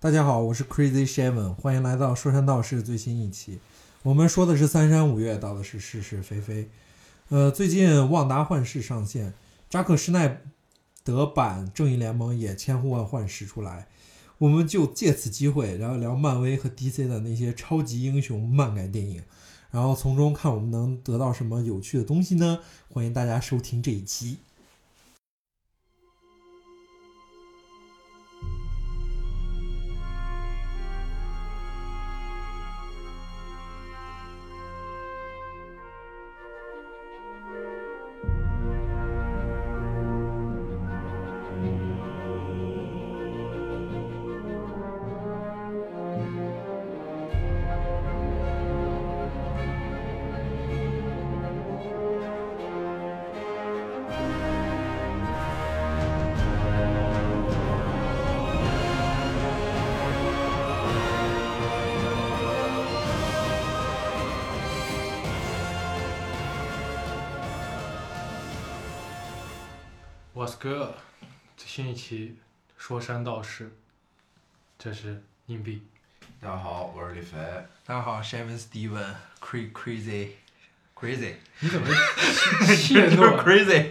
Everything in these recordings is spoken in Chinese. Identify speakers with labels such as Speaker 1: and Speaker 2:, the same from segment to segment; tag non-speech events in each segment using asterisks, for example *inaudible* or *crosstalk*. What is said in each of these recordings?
Speaker 1: 大家好，我是 Crazy Shaven，欢迎来到说山道事最新一期。我们说的是三山五岳，道的是是是非非。呃，最近《旺达幻视》上线，扎克施奈德版《正义联盟》也千呼万唤始出来。我们就借此机会聊一聊漫威和 DC 的那些超级英雄漫改电影，然后从中看我们能得到什么有趣的东西呢？欢迎大家收听这一期。
Speaker 2: What's good？最新一期说山道事，这是硬币。
Speaker 3: 大家好，我是李飞。
Speaker 4: 大家好，Shaven Steven Cra Crazy Crazy
Speaker 2: 你 *laughs* 怎么啊
Speaker 4: 就是
Speaker 2: 怯 *laughs* 懦？
Speaker 4: Crazy，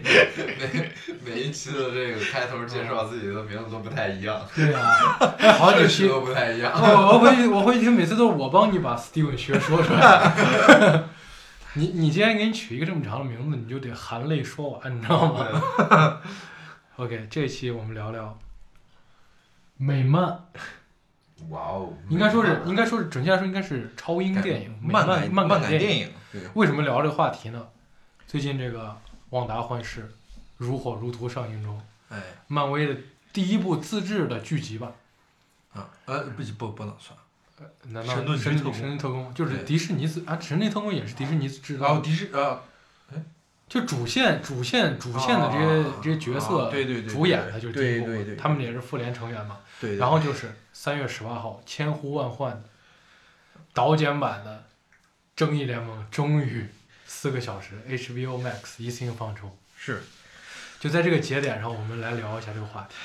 Speaker 3: 每一期的这个开头介绍自己的名字都不太一样，
Speaker 2: 对啊，哎，好几
Speaker 3: 顺序
Speaker 2: 期，
Speaker 3: 都不太一样。
Speaker 2: 我我回去我回去听，每次都是我帮你把 Steven 学说出来。
Speaker 3: *laughs*
Speaker 2: 你你既然给你取一个这么长的名字，你就得含泪说完，你知道吗？OK，这一 *laughs* 期我们聊聊美漫，
Speaker 3: 哇哦！
Speaker 2: 应该说是应该说是准确来说应该是超英电影，美
Speaker 4: 漫改
Speaker 2: 漫
Speaker 4: 漫
Speaker 2: 改
Speaker 4: 改
Speaker 2: 影。
Speaker 4: 电影，对
Speaker 2: 为什么聊这个话题呢？最近这个《旺达幻视》如火如荼上映中，
Speaker 4: 哎
Speaker 2: 漫威的第一部自制的剧集吧？
Speaker 4: 啊呃不不不能算，
Speaker 2: 呃难道
Speaker 4: 神盾局
Speaker 2: 神
Speaker 4: 特工
Speaker 2: 神盾特工就是
Speaker 4: 对
Speaker 2: 迪士尼自啊？神盾特工也是迪士尼制
Speaker 4: 然
Speaker 2: 造
Speaker 4: 后
Speaker 2: 的，
Speaker 4: 迪士呃
Speaker 2: 就主线主线主线的这些、
Speaker 4: 啊
Speaker 2: 这些角色、
Speaker 4: 啊对对对对
Speaker 2: 主演的就是第一部，
Speaker 4: 对对对对
Speaker 2: 他们也是复联成员嘛。
Speaker 4: 对，
Speaker 2: 然后就是三月十八号，千呼万唤的导剪版的《正义联盟》终于四个小时 HBO Max 一次性放出。
Speaker 4: 是
Speaker 2: 就在这个节点上，我们来聊一下这个话题。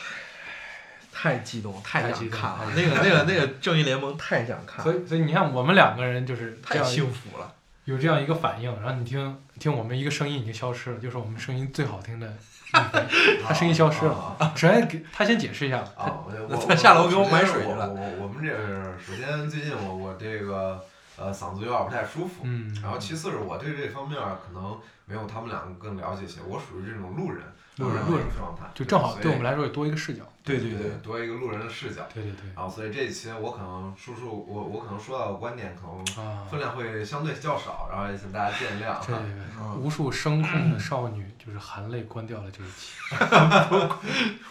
Speaker 4: 太激动，太
Speaker 2: 太激
Speaker 4: 想
Speaker 2: 动
Speaker 4: 看了，
Speaker 2: 太
Speaker 4: 那个
Speaker 2: *laughs*
Speaker 4: 那个那个正义联盟太想看
Speaker 2: 所
Speaker 4: 了，
Speaker 2: 以，所以你看，我们两个人就是这
Speaker 4: 太
Speaker 2: 样
Speaker 4: 幸福了，
Speaker 2: 有这样一个反应，然后你听听我们一个声音已经消失了，就是我们声音最好听的那个， *laughs* 他声音消失了。
Speaker 3: 了。
Speaker 2: 首先给他先解释一下吧，
Speaker 3: 啊，我我
Speaker 4: 他下楼给我买水去
Speaker 3: 我
Speaker 4: 了
Speaker 3: 我我们这个，首先最近我我这个呃嗓子有点不太舒服，
Speaker 2: 嗯，
Speaker 3: 然后其次是我对这方面可能没有他们两个更了解些，我属于这种路人
Speaker 2: 路人
Speaker 3: 人
Speaker 2: 路
Speaker 3: 路
Speaker 2: 人
Speaker 3: 状态，
Speaker 2: 就正好
Speaker 3: 所以
Speaker 2: 对我们来说也多一个视角。
Speaker 4: 对对
Speaker 3: 对
Speaker 4: 对，
Speaker 3: 多一个路人的视角。
Speaker 2: 对对对，
Speaker 3: 然后所以这一期我可能叔叔我我可能说到的观点可能
Speaker 2: 啊，
Speaker 3: 分量会相对较少，然后也请大家见谅 *laughs*
Speaker 2: 这
Speaker 3: 哈。
Speaker 4: 嗯
Speaker 2: 无数声控的少女就是含泪关掉了这一期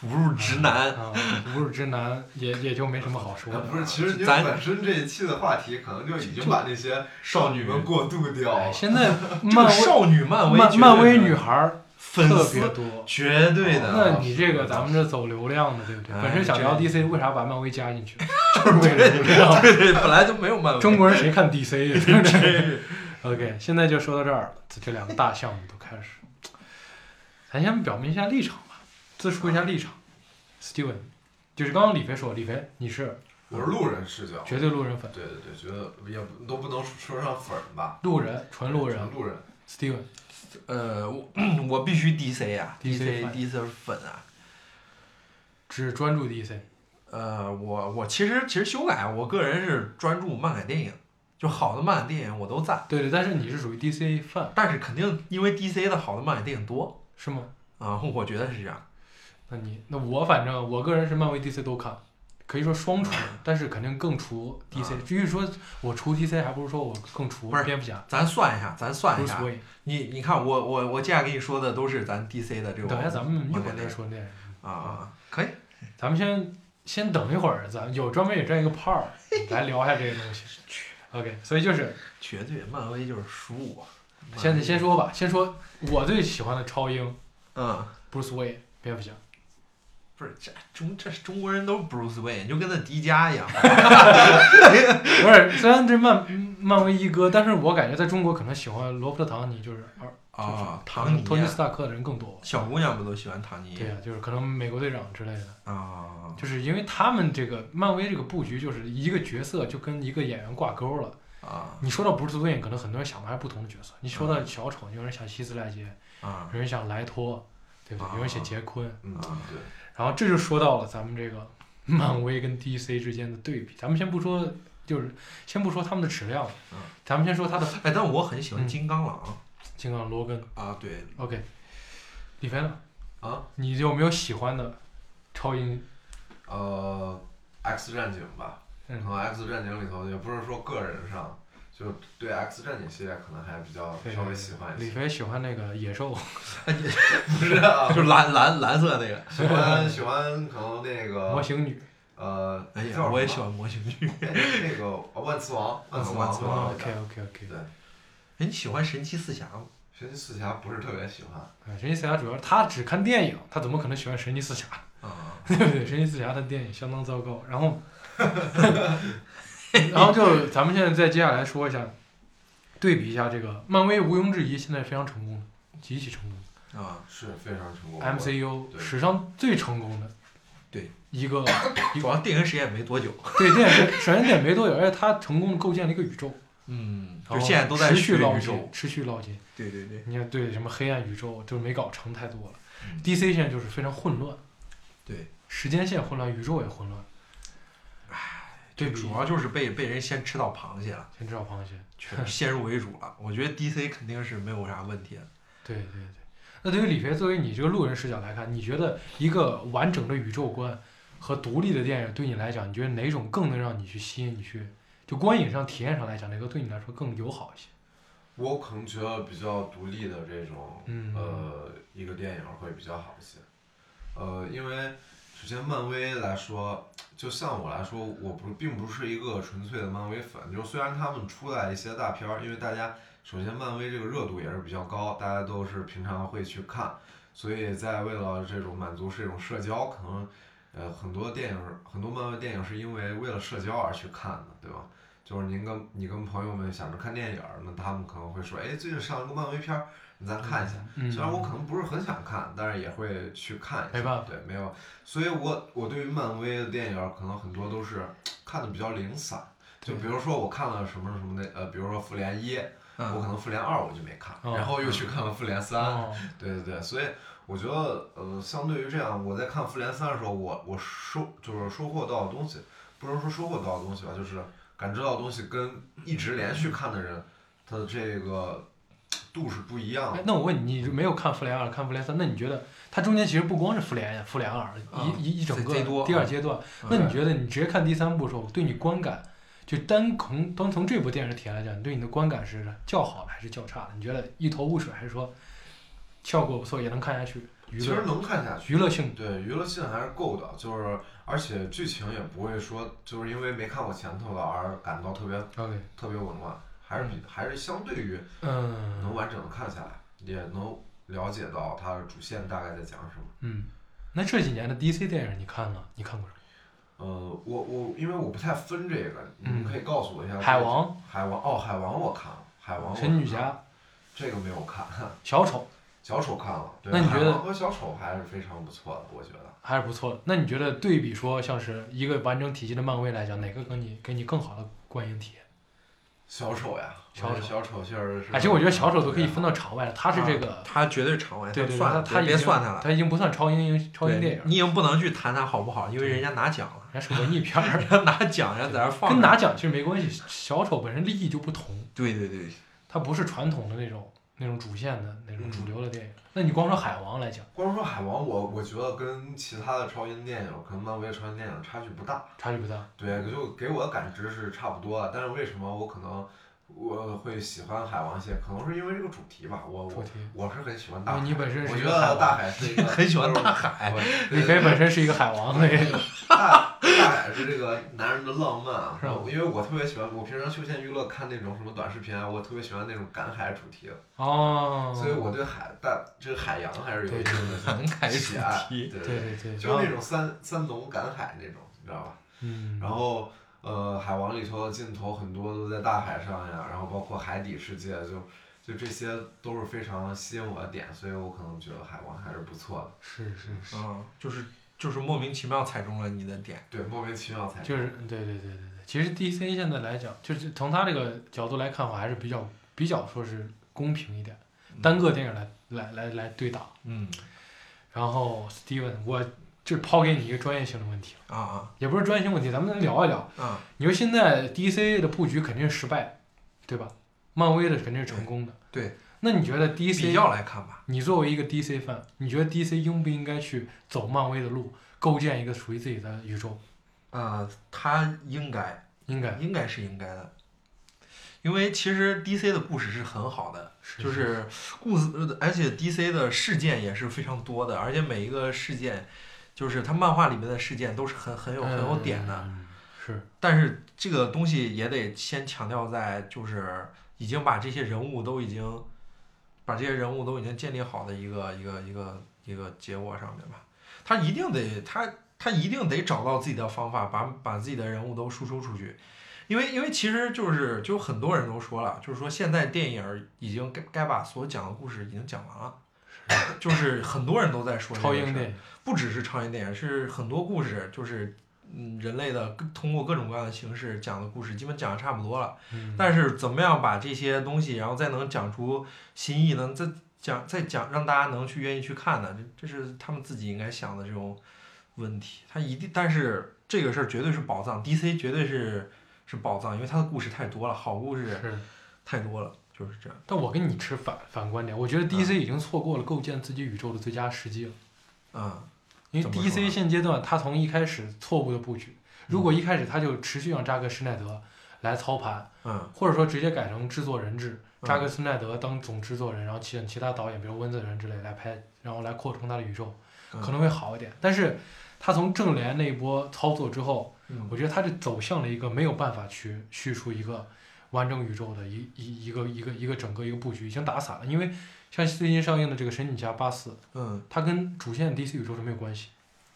Speaker 4: 无入直男，
Speaker 2: 啊，无数直男也也就没什么好说
Speaker 4: *laughs*
Speaker 3: 呃
Speaker 2: 的。
Speaker 3: 不是，其实你
Speaker 4: 咱
Speaker 3: 本身这一期的话题可能就已经
Speaker 2: 就
Speaker 3: 把那些少女们过渡掉
Speaker 2: 哎
Speaker 3: 了。
Speaker 2: 现在
Speaker 4: 这
Speaker 2: 漫
Speaker 4: 个
Speaker 2: 威
Speaker 4: 少女漫威
Speaker 2: 漫
Speaker 4: 绝对
Speaker 2: 漫威
Speaker 4: 是
Speaker 2: 女孩儿
Speaker 4: 粉
Speaker 2: 特别
Speaker 4: 丝
Speaker 2: 多，
Speaker 4: 绝对的，啊
Speaker 2: 那你这个咱们这走流量的，对不对？
Speaker 4: 哎
Speaker 2: 本身想聊
Speaker 4: 这
Speaker 2: DC，为啥把漫威加
Speaker 4: *laughs*
Speaker 2: 进去？就是为了流量。
Speaker 4: 对对，本来就没有漫
Speaker 2: *laughs*
Speaker 4: 威，
Speaker 2: 中国人谁看 DC 呀？真是 *laughs* OK，现在就说到这儿了，这两个大项目都开始。咱先表明一下立场吧，自述一下立场。Steven，就是刚刚李飞说，李飞你是
Speaker 3: 我是路人视角，
Speaker 2: 绝对路人粉，
Speaker 3: 对对对，觉得也不都不能说上粉儿吧，
Speaker 2: 路人纯路人。
Speaker 3: 路人
Speaker 2: Steven，
Speaker 4: 嗯呃我我必须 DC 啊
Speaker 2: DC
Speaker 4: ，DC DC 粉啊。
Speaker 2: 只专注 DC。
Speaker 4: 呃，我我其实其实修改，我个人是专注漫改电影，就好的漫改电影我都赞，
Speaker 2: 对对，但是你是属于 DC 范
Speaker 4: 但是肯定因为 DC 的好的漫改电影多
Speaker 2: 是吗？
Speaker 4: 啊、我觉得是这样。
Speaker 2: 那你那我反正我个人是漫威 DC 都看，可以说双除，但是肯定更除 DC。至于说我除 DC，还不如说我更除
Speaker 4: 啊不是
Speaker 2: 蝙蝠侠。
Speaker 4: 咱算一下，咱算一
Speaker 2: Bruce
Speaker 4: 下，
Speaker 2: Wayne。
Speaker 4: 你你看我我我接下来跟你说的都是咱 DC 的这种
Speaker 2: 等一下，咱们一会
Speaker 4: 漫改
Speaker 2: 儿
Speaker 4: 电
Speaker 2: 再
Speaker 4: 影
Speaker 2: 说那。
Speaker 4: 啊，可以，
Speaker 2: 咱们先先等一会儿，咱有专门有这样一个
Speaker 4: *laughs*
Speaker 2: part 来聊一下这个东西。OK，所以就是
Speaker 4: 绝对漫威就是输我。
Speaker 2: 现在
Speaker 4: 漫威
Speaker 2: 先说吧，先说我最喜欢的超英
Speaker 4: 嗯，
Speaker 2: Bruce Wayne 蝙蝠
Speaker 4: *laughs*
Speaker 2: 侠。
Speaker 4: 不是这中这中国人都是 Bruce Wayne，就跟那迪迦一样。
Speaker 2: 不是，虽然这漫漫威一哥，但是我感觉在中国可能喜欢罗伯特唐尼就是儿
Speaker 4: 啊，
Speaker 2: 可
Speaker 4: 唐
Speaker 2: 能
Speaker 4: 尼
Speaker 2: 托尼斯塔克的人更多。
Speaker 4: 小姑娘不都喜欢唐尼
Speaker 2: 对呀、就是可能美国队长之类的，
Speaker 4: 啊
Speaker 2: 就是因为他们这个漫威这个布局，就是一个角色就跟一个演员挂钩了。
Speaker 4: 啊
Speaker 2: 你说到布鲁斯韦恩，可能很多人想的还是不同的角色。你说到小丑，有人想希斯莱杰，
Speaker 4: 啊
Speaker 2: 有人想莱托，对不对？有人写
Speaker 4: 啊
Speaker 2: 杰昆，
Speaker 3: 嗯，对，
Speaker 2: 然后这就说到了咱们这个 *laughs* 漫威跟 DC 之间的对比。咱们先不说，就是先不说他们的质量
Speaker 4: 嗯，
Speaker 2: 咱们先说他的
Speaker 4: 哎，但我很喜欢
Speaker 2: 嗯
Speaker 4: 金刚狼
Speaker 2: 金刚罗根。
Speaker 4: 啊，对，
Speaker 2: OK，李飞呢？
Speaker 3: 啊，
Speaker 2: 你有没有喜欢的超英？
Speaker 3: 呃，X 战警吧，可
Speaker 2: 嗯，
Speaker 3: 能 X 战警里头也不是说个人上，就对 X 战警系列可能还比较
Speaker 2: 对
Speaker 3: 稍微喜欢一
Speaker 2: 李
Speaker 3: 些，
Speaker 2: 飞喜欢那个野兽，
Speaker 3: 不是啊，
Speaker 4: 就蓝蓝蓝色那个。
Speaker 3: 喜欢喜欢可能那
Speaker 2: 模
Speaker 3: 个
Speaker 2: 型女。
Speaker 3: 呃，
Speaker 4: 哎
Speaker 3: 叫什
Speaker 4: 呀，
Speaker 3: 么
Speaker 4: 我也喜欢模型剧。
Speaker 3: 哎那个哦万磁王，万磁王，
Speaker 4: 万磁王
Speaker 3: 王
Speaker 2: OK OK OK。
Speaker 4: 哎，你喜欢神奇四侠吗？
Speaker 3: 神奇四侠不是特别喜欢，
Speaker 2: 哎神奇四侠主要他只看电影，他怎么可能喜欢神奇四侠？ *laughs*
Speaker 4: 啊，
Speaker 2: 对对对，神奇四侠的电影相当糟糕。然后， *laughs* 然后就咱们现在再接下来说一下，对比一下这个漫威，毋庸置疑现在非常成功，极其成功。
Speaker 4: 啊，
Speaker 3: 是非常成功。
Speaker 2: MCU
Speaker 3: 对
Speaker 2: 史上最成功的，
Speaker 4: 对
Speaker 2: 一个一
Speaker 4: 主
Speaker 2: 个
Speaker 4: 要电影时间也没多久。
Speaker 2: 对电影，首先电影没多久，而且他成功地构建了一个宇宙，
Speaker 4: 嗯，
Speaker 2: 然
Speaker 4: 就
Speaker 2: 后
Speaker 4: 现在都在
Speaker 2: 持续
Speaker 4: 学
Speaker 2: 捞
Speaker 4: 宇
Speaker 2: 金
Speaker 4: 宙，。
Speaker 2: 持续捞金。
Speaker 4: 对对对，
Speaker 2: 你看，对什么黑暗宇宙就是没搞成太多了
Speaker 4: 嗯
Speaker 2: ，DC 现在就是非常混乱，
Speaker 4: 对，
Speaker 2: 时间线混乱，宇宙也混乱。对
Speaker 4: 这
Speaker 2: 比
Speaker 4: 主要就是被被人先吃到螃蟹了，
Speaker 2: 先知道螃蟹。
Speaker 4: *laughs* 全先入为主了。我觉得 DC 肯定是没有啥问题的。
Speaker 2: 对对对。那对于李飞，作为你这个路人视角来看，你觉得一个完整的宇宙观和独立的电影对你来讲，你觉得哪种更能让你去吸引你去？就观影上、体验上来讲，哪个对你来说更友好一些？
Speaker 3: 我可能觉得比较独立的这种
Speaker 2: 嗯，
Speaker 3: 呃一个电影会比较好一些。呃，因为首先漫威来说，就像我来说，我不并不是一个纯粹的漫威粉，就是虽然他们出来一些大片儿，因为大家首先漫威这个热度也是比较高，大家都是平常会去看，所以在为了这种满足是一种社交，可能呃很多电影很多漫威电影是因为为了社交而去看的，对吧？就是您跟你跟朋友们想着看电影儿，那他们可能会说，哎，最近上了个漫威片儿，你咱看一下。
Speaker 2: 嗯，
Speaker 3: 虽然我可能不是很想看，但是也会去看一下。
Speaker 2: 没办法
Speaker 3: 对，没有。所以我我对于漫威的电影儿可能很多都是看的比较零散。就
Speaker 2: 对
Speaker 3: 比如说我看了什么什么的，呃，比如说复联一，我可
Speaker 4: 嗯，
Speaker 3: 能复联二我就没看，
Speaker 2: 哦
Speaker 3: 然后又去看了复联三。
Speaker 2: 哦，
Speaker 3: 对对对，所以我觉得呃，相对于这样，我在看复联三的时候，我我收就是收获到的东西，不能说收获到的东西吧，就是感知到的东西跟一直连续看的人，他的这个度是不一样的
Speaker 2: 哎。那我问你，你没有看复联二，看复联三，那你觉得它中间其实不光是复联呀，复联二
Speaker 3: 嗯
Speaker 4: 啊
Speaker 2: 一一一整
Speaker 4: 贼
Speaker 2: 个
Speaker 4: 贼多
Speaker 2: 第二阶段，那你觉得你直接看第三部的时候，对你观感，就单从单从这部电影的体验来讲，你对你的观感是较好的还是较差的？你觉得一头雾水，还是说效果不错也能看下去？娱
Speaker 3: 其实
Speaker 2: 乐
Speaker 3: 能看下去。
Speaker 2: 娱乐性
Speaker 3: 对，娱乐性还是够的，就是而且剧情也不会说就是因为没看过前头的而感到特别
Speaker 2: ，OK，
Speaker 3: 特别紊乱，还是比还是相对于能
Speaker 2: 嗯
Speaker 3: 完整的看下来，也能了解到它的主线大概在讲什么。
Speaker 2: 嗯，那这几年的 DC 电影你看了？你看过什么？
Speaker 3: 呃，我我因为我不太分这个，你
Speaker 2: 嗯
Speaker 3: 们可以告诉我一下。
Speaker 2: 海，王、
Speaker 3: 呃海王哦，海王我看了，海王我啊
Speaker 2: 神女
Speaker 3: 看了
Speaker 2: 侠、
Speaker 3: 这个没有看， *laughs*
Speaker 2: 小丑
Speaker 3: 小丑看了。对
Speaker 2: 那你
Speaker 3: 海
Speaker 2: 觉得
Speaker 3: 王和小丑还是非常不错的，我觉得。
Speaker 2: 还是不错的。那你觉得对比说，像是一个完整体系的漫威来讲，哪个给你给你更好的观影体验？
Speaker 3: 小丑呀，
Speaker 2: 小
Speaker 3: 我觉得
Speaker 2: 丑
Speaker 3: 小丑确实是。啊
Speaker 2: 而且我觉得小丑都可以分到场外了，他是这
Speaker 1: 啊
Speaker 2: 个，
Speaker 4: 呃他绝对是场外，
Speaker 2: 对对对，
Speaker 4: 算
Speaker 2: 他
Speaker 4: 了，
Speaker 2: 他已
Speaker 4: 别
Speaker 2: 经
Speaker 4: 算他了。
Speaker 2: 他已经不算超英超英
Speaker 4: 对
Speaker 2: 电影了，
Speaker 4: 你已经不能去谈他好不好，因为
Speaker 2: 对
Speaker 4: 人家拿奖了，
Speaker 2: 还是文艺片儿
Speaker 1: *laughs*
Speaker 4: 人，家拿奖，人家在那儿放着。
Speaker 2: 跟拿奖其实没关系。小丑本身利益就不同，
Speaker 4: 对对对，
Speaker 2: 它不是传统的那种那种主线的那种主流的电影。那你光说海王来讲，
Speaker 3: 光说海王，我我觉得跟其他的超英电影，可能漫威超英电影差距不大，
Speaker 2: 差距不大。
Speaker 3: 对，就给我的感知是差不多的。但是为什么我可能我会喜欢海王蟹，可能是因为这个主题吧。我
Speaker 2: 主
Speaker 3: 我
Speaker 2: 题，
Speaker 3: 我是很喜欢
Speaker 2: 因
Speaker 3: 大
Speaker 2: 为
Speaker 3: 海，
Speaker 2: 哦你本身
Speaker 3: 我
Speaker 2: 是一
Speaker 3: 觉
Speaker 2: 个海
Speaker 3: 得大
Speaker 2: 王，
Speaker 3: 海是一个
Speaker 4: 很喜欢大海。
Speaker 2: 李
Speaker 3: 李
Speaker 2: 飞本身是一个海王的人。
Speaker 3: 大大海是这个男人的浪漫啊，
Speaker 2: 是吗
Speaker 3: 因为我特别喜欢，我平常休闲娱乐看那种什么短视频啊，我特别喜欢那种赶海主题的，
Speaker 2: 哦，
Speaker 3: 所以我对海大这个海洋还是有一定的
Speaker 4: 很海主
Speaker 3: 喜爱，
Speaker 2: 啊
Speaker 4: 题，
Speaker 3: 对
Speaker 2: 对对对，
Speaker 3: 就
Speaker 2: 然
Speaker 3: 是
Speaker 2: 后
Speaker 3: 那种三三农赶海那种，你知道吧？
Speaker 2: 嗯，
Speaker 3: 然后呃，海王里头的镜头很多都在大海上呀，然后包括海底世界，就就这些都是非常吸引我的点，所以我可能觉得海王还是不错的。
Speaker 2: 是是是，
Speaker 4: *laughs* 嗯，就是就是莫名其妙踩中了你的点，
Speaker 3: 对，莫名其妙才
Speaker 2: 就是对对对对对。其实 DC 现在来讲，就是从他这个角度来看的话，还是比较比较说是公平一点，单个电影来来来来对打。
Speaker 4: 嗯
Speaker 2: 然后 Steven，我就抛给你一个专业性的问题了，
Speaker 4: 啊啊
Speaker 2: 也不是专业性问题，咱们聊一聊。
Speaker 4: 啊，
Speaker 2: 你说现在 DC 的布局肯定是失败的，对吧？漫威的肯定是成功的。
Speaker 4: 对。
Speaker 2: 那你觉得
Speaker 4: 比
Speaker 2: DC，
Speaker 4: 较来看吧，
Speaker 2: 你作为一个 DC fan，你觉得 DC 应不应该去走漫威的路，构建一个属于自己的宇宙？
Speaker 4: 呃，他应该
Speaker 2: 应该
Speaker 4: 应该是应该的，因为其实 DC 的故事是很好的，
Speaker 2: 是
Speaker 4: 就是故事，而且 DC 的事件呃也是非常多的，而且每一个事件，就是它漫画里面的事件都是很很有很有点的。
Speaker 2: 嗯是
Speaker 4: 但是这个东西也得先强调在，就是已经把这些人物都已经，把这些人物都已经建立好的一个一个一个一个结果上面吧。他一定得他他一定得找到自己的方法，把把自己的人物都输出出去。因为因为其实就是就很多人都说了，就是说现在电影已经该该把所讲的故事已经讲完了，就是很多人都在说这个嗯
Speaker 2: 超英
Speaker 4: 事儿
Speaker 2: 电影，
Speaker 4: 不只是超英电影，是很多故事，就是嗯，人类的各通过各种各样的形式讲的故事，基本讲的差不多了。
Speaker 2: 嗯
Speaker 4: 但是怎么样把这些东西，然后再能讲出新意呢？再讲再讲，让大家能去愿意去看呢？这这是他们自己应该想的这种问题。他一定，但是这个事儿绝对是宝藏，DC 绝对是是宝藏，因为它的故事太多了，好故事
Speaker 2: 是，
Speaker 4: 太多了，就是这样。
Speaker 2: 但我跟你持反反观点，我觉得 DC 已经错过了构建自己宇宙的最佳时机了。
Speaker 4: 嗯，
Speaker 2: 因为
Speaker 4: 怎么说呢
Speaker 2: DC 现阶段，他从一开始错误的布局，如果一开始他就持续让扎克施耐德来操盘，
Speaker 4: 嗯
Speaker 2: 或者说直接改成制作人制，
Speaker 4: 嗯
Speaker 2: 扎克施耐德当总制作人，然后请其他导演，比如温子仁之类来拍，然后来扩充他的宇宙，
Speaker 4: 嗯
Speaker 2: 可能会好一点。但是，他从正联那一波操作之后，
Speaker 4: 嗯
Speaker 2: 我觉得他就走向了一个没有办法去叙述一个完整宇宙的一一一个一个一个整个一个布局，已经打散了。因为像最近上映的这个《神女侠八四》，
Speaker 4: 嗯，
Speaker 2: 它跟主线 DC 宇宙是没有关系。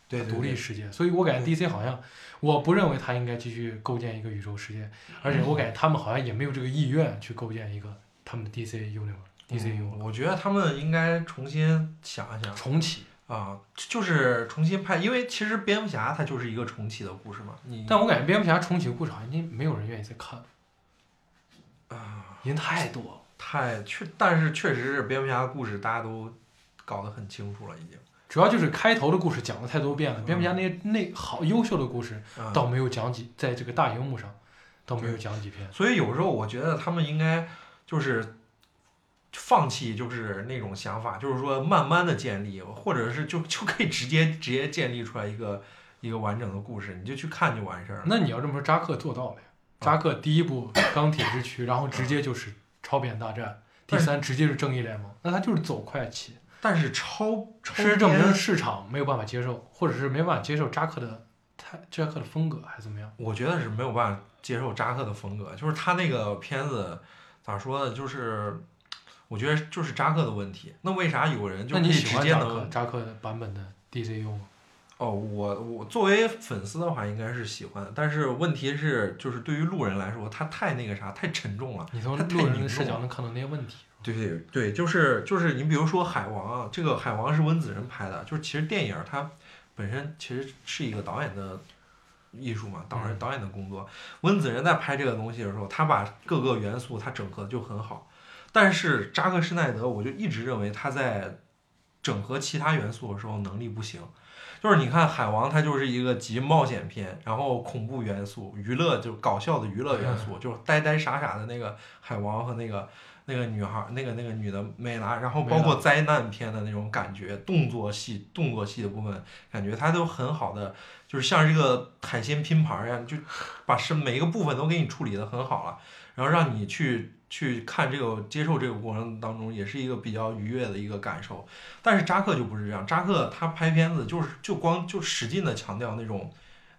Speaker 4: 对，对
Speaker 2: 啊独立
Speaker 4: 对
Speaker 2: 世界，所以我感觉 DC 好像，我不认为他应该继续构建一个宇宙世界，而且我感觉他们好像也没有这个意愿去构建一个他们的 DC universe，DCU
Speaker 4: 嗯我觉得他们应该重新想一想。
Speaker 2: 重启。
Speaker 4: 啊，就是重新拍，因为其实蝙蝠侠它就是一个重启的故事嘛。你
Speaker 2: 但我感觉蝙蝠侠重启的故事好像已经没有人愿意再看了，
Speaker 4: 啊，
Speaker 2: 已经太多了。
Speaker 4: 太确，但是确实是蝙蝠侠的故事大家都搞得很清楚了，已经。
Speaker 2: 主要就是开头的故事讲了太多遍了，
Speaker 4: 嗯
Speaker 2: 蝙蝠侠那些那好优秀的故事
Speaker 4: 啊、
Speaker 2: 倒没有讲几，在这个大荧幕上倒没有讲几篇。
Speaker 4: 所以有时候我觉得他们应该就是放弃，就是那种想法，就是说慢慢的建立，或者是就就可以直接直接建立出来一个一个完整的故事，你就去看就完事儿了。
Speaker 2: 那你要这么说，扎克做到了呀。扎克第一部《钢铁之躯》，然后直接就是《超扁大战》，第三直接是《正义联盟》，那他就是走快棋。
Speaker 4: 但是超超
Speaker 2: 事实证
Speaker 4: 编
Speaker 2: 明市场没有办法接受，或者是没办法接受扎克的他扎克的风格还是怎么样？
Speaker 4: 我觉得是没有办法接受扎克的风格，就是他那个片子咋说呢？就是我觉得就是扎克的问题。那为啥有人就
Speaker 2: 那
Speaker 4: 可以
Speaker 2: 你喜
Speaker 4: 直
Speaker 2: 欢
Speaker 4: 接
Speaker 2: 扎克
Speaker 4: 能？
Speaker 2: 扎克的版本的 DCU 吗？
Speaker 4: 哦，我我作为粉丝的话，应该是喜欢的，但是问题是，就是对于路人来说，他太那个啥，太沉重了。
Speaker 2: 你从
Speaker 4: 他太
Speaker 2: 路人
Speaker 4: 凝
Speaker 2: 的
Speaker 4: 重
Speaker 2: 视角
Speaker 4: 了
Speaker 2: 能看到那些问题。
Speaker 4: 对对，就是就是你比如说《海王》，啊，这个《海王》是温子仁拍的，就是其实电影儿它本身其实是一个导演的艺术嘛，导演
Speaker 2: 嗯
Speaker 4: 导演的工作。温子仁在拍这个东西的时候，他把各个元素他整合得就很好，但是扎克施耐德，我就一直认为他在整合其他元素的时候能力不行。就是你看《海王》，它就是一个集冒险片，然后恐怖元素、娱乐就搞笑的娱乐元素，就是呆呆傻傻的那个海王和那个那个女孩，那个那个女的梅拉，然后包括灾难片的那种感觉，动作戏、动作戏的部分，感觉它都很好的，就是像这个海鲜拼盘一样，就把是每一个部分都给你处理的很好了，然后让你去去看这个接受这个过程当中，也是一个比较愉悦的一个感受。但是扎克就不是这样，扎克他拍片子就是就光就使劲的强调那种